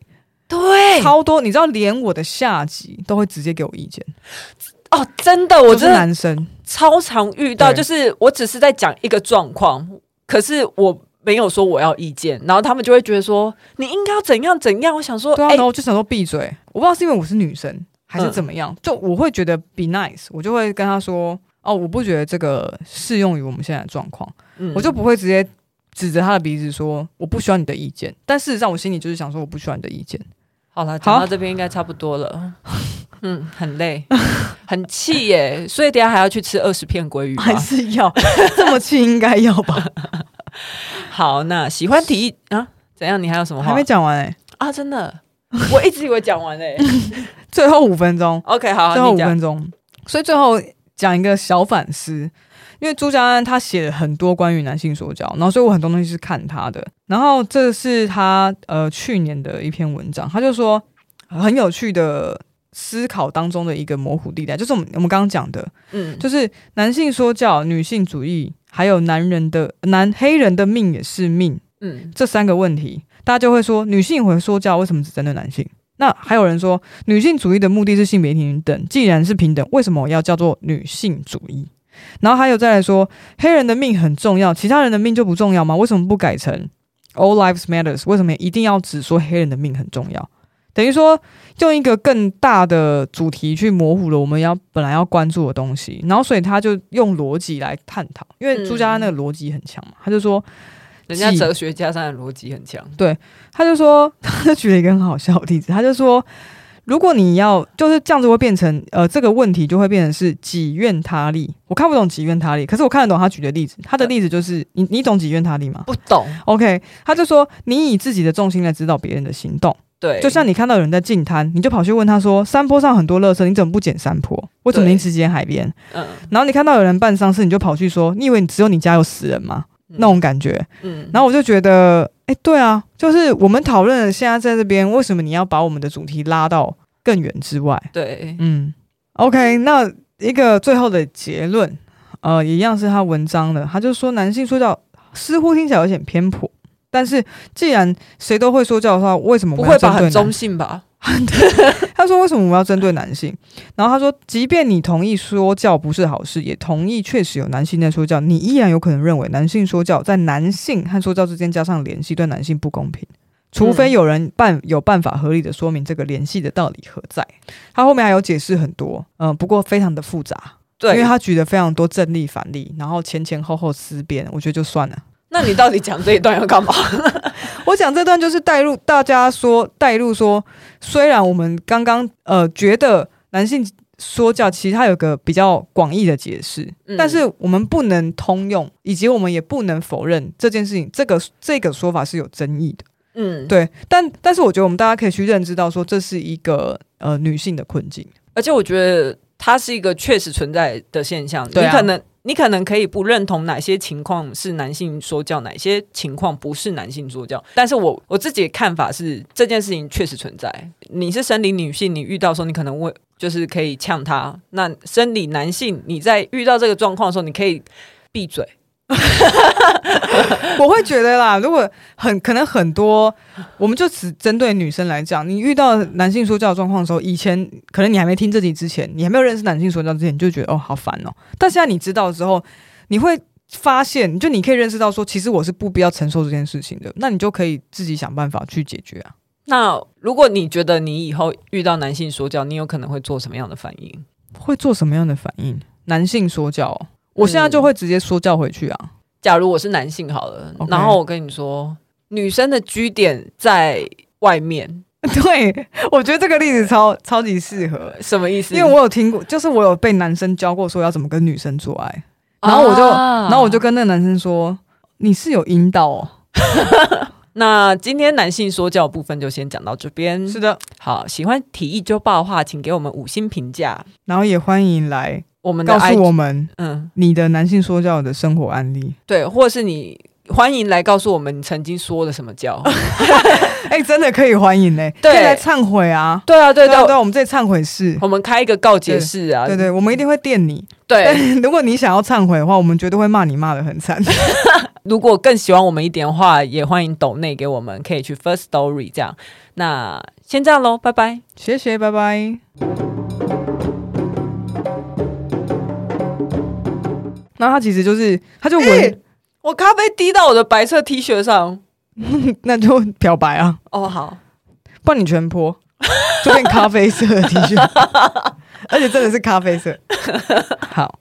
Speaker 2: 对
Speaker 1: 超多，你知道，连我的下级都会直接给我意见，
Speaker 2: 哦，真的，我
Speaker 1: 就是
Speaker 2: 真的
Speaker 1: 男生，
Speaker 2: 超常遇到，
Speaker 1: 对
Speaker 2: 就是我只是在讲一个状况，可是我没有说我要意见，然后他们就会觉得说你应该要怎样怎样。我想说，
Speaker 1: 对啊，
Speaker 2: 哎、嗯
Speaker 1: 然后我就想说闭嘴，我不知道是因为我是女生还是怎么样，就我会觉得 be nice，我就会跟他说，哦，我不觉得这个适用于我们现在的状况。
Speaker 2: 嗯
Speaker 1: 我就不会直接指着他的鼻子说我不需要你的意见，但事实上我心里就是想说我不需要你的意见。
Speaker 2: 好了，讲到
Speaker 1: 好
Speaker 2: 这边应该差不多了。 嗯，很累，很气耶，所以等一下还要去吃二十片 鲑鱼吧。
Speaker 1: 是要啊这么气应该要 吧？
Speaker 2: 好，那喜欢提议啊，怎样？你还有什么
Speaker 1: 还
Speaker 2: 话
Speaker 1: 没讲完哎、
Speaker 2: 啊？真的，我一直以为讲 完嘞。
Speaker 1: 最后五分钟，
Speaker 2: OK，好，
Speaker 1: 最后
Speaker 2: 你
Speaker 1: 五
Speaker 2: 讲。
Speaker 1: 分钟，所以最后讲一个小反思。因为朱家安他写了很多关于男性说教，然后所以我很多东西是看他的。然后这是他呃去年的一篇文章，他就说很有趣的思考当中的一个模糊地带，就是我们我们刚刚讲的，
Speaker 2: 嗯，
Speaker 1: 就是男性说教、女性主义，还有男人的男黑人的命也是命
Speaker 2: 嗯，
Speaker 1: 这三个问题，大家就会说女性会说教，为什么只针对男性？那还有人说女性主义的目的是性别平等，既然是平等，为什么要叫做女性主义？然后还有再来说黑人的命很重要，其他人的命就不重要吗？为什么不改成 All Lives Matters？为什么一定要只说黑人的命很重要？等于说，用一个更大的主题去模糊了我们要本来要关注的东西，然后所以他就用逻辑来探讨，因为朱家安那个逻辑很强嘛，他就说
Speaker 2: 人家
Speaker 1: 记
Speaker 2: 哲学家上的逻辑很强。
Speaker 1: 他就说， 他就举了一个很好笑的例子，他就说，如果你要就是这样子，会变成呃这个问题就会变成是己愿他利。我看不懂己愿他利，可是我看得懂他举的例子。他的例子就是，你你懂己愿他利吗
Speaker 2: 不懂，
Speaker 1: ？OK，他就说，你以自己的重心来指导别人的行动，
Speaker 2: 对，
Speaker 1: 就像你看到有人在进滩，你就跑去问他说，山坡上很多垃圾，你怎么不捡山坡？为什么
Speaker 2: 对
Speaker 1: 你只捡海边？
Speaker 2: 嗯，
Speaker 1: 然后你看到有人办丧事，你就跑去说，你以为你只有你家有死人吗？
Speaker 2: 嗯
Speaker 1: 那种感觉。
Speaker 2: 嗯，
Speaker 1: 然后我就觉得，哎、对啊，就是我们讨论了现在在这边，为什么你要把我们的主题拉到更远之外？
Speaker 2: 对，
Speaker 1: 嗯，OK，那一个最后的结论，呃，一样是他文章的，他就说男性说教似乎听起来有点偏颇，但是既然谁都会说教的话，为什么我们
Speaker 2: 不
Speaker 1: 要
Speaker 2: 会吧？
Speaker 1: 针对
Speaker 2: 很
Speaker 1: 男
Speaker 2: 中性吧？
Speaker 1: 他说：“为什么我们要针对男性？”然后他说：“即便你同意说教不是好事，也同意确实有男性在说教，你依然有可能认为男性说教在男性和说教之间加上联系对男性不公平。除非有人办有办法合理的说明这个联系的到底何在。他后面还有解释很多，嗯、不过非常的复杂，因
Speaker 2: 对，
Speaker 1: 为他举了非常多正例反例，然后前前后后思辨，我觉得就算了。
Speaker 2: 那你到底讲这一段要 干嘛？
Speaker 1: 我讲这段就是带入大家说带入说，虽然我们刚刚呃觉得男性说教其实它有个比较广义的解释，
Speaker 2: 嗯
Speaker 1: 但是我们不能通用，以及我们也不能否认这件事情，这个这个说法是有争议的。
Speaker 2: 嗯，
Speaker 1: 对，但但是我觉得我们大家可以去认知到说，这是一个呃女性的困境。
Speaker 2: 而且我觉得它是一个确实存在的现象。
Speaker 1: 对啊
Speaker 2: 你可能你可能可以不认同哪些情况是男性说教，哪些情况不是男性说教。但是我我自己的看法是，这件事情确实存在。你是生理女性，你遇到的时候，你可能会就是可以呛他；那生理男性，你在遇到这个状况的时候，你可以闭嘴。
Speaker 1: 我会觉得啦，如果很可能很多，我们就只针对女生来讲，你遇到男性说教的状况的时候，以前可能你还没听这集之前，你还没有认识男性说教之前，你就觉得哦好烦哦。但现在你知道之后，你会发现，就你可以认识到说，其实我是不必要承受这件事情的，那你就可以自己想办法去解决啊。
Speaker 2: 那如果你觉得你以后遇到男性说教，你有可能会做什么样的反应？
Speaker 1: 会做什么样的反应？男性说教哦、我现在就会直接说教回去啊。
Speaker 2: 假如我是男性好了
Speaker 1: OK
Speaker 2: 然后我跟你说，女生的居点在外面，
Speaker 1: 对，我觉得这个例子超超级适合。
Speaker 2: 什么意思？
Speaker 1: 因为我有听过，就是我有被男生教过说要怎么跟女生做爱，然后我就，
Speaker 2: 啊
Speaker 1: 然后我就跟那个男生说，你是有阴道哦，
Speaker 2: 那今天男性说教部分就先讲到这边。
Speaker 1: 的，
Speaker 2: 好，喜欢体育周报的话，请给我们五星评价。
Speaker 1: 然后也欢迎来
Speaker 2: 我们的
Speaker 1: 告
Speaker 2: I，
Speaker 1: 诉我们
Speaker 2: 嗯，
Speaker 1: 你的男性说教的生活案例。
Speaker 2: 对，或是你欢迎来告诉我们你曾经说了什么教。
Speaker 1: 哎、真的可以欢迎嘞、
Speaker 2: 对
Speaker 1: 可以来忏悔啊，
Speaker 2: 对啊，对
Speaker 1: 对啊
Speaker 2: 对
Speaker 1: 对啊，我们这里忏悔室。
Speaker 2: 我们开一个告解室啊，
Speaker 1: 对对，我们一定会电你。
Speaker 2: 对
Speaker 1: 但如果你想要忏悔的话，我们绝对会骂你骂的很 惨。
Speaker 2: 如果更喜欢我们一点的话，也欢迎抖内给我们，可以去 First Story 这样。那先这样喽，拜拜。
Speaker 1: 谢谢，拜拜。那他其实就是，他就闻、
Speaker 2: 欸我咖啡滴到我的白色 T 恤上。
Speaker 1: 那就漂白啊，
Speaker 2: 哦，好，
Speaker 1: 不然你全泼， 就变咖啡色的 T 恤，而且真的是咖啡色。好，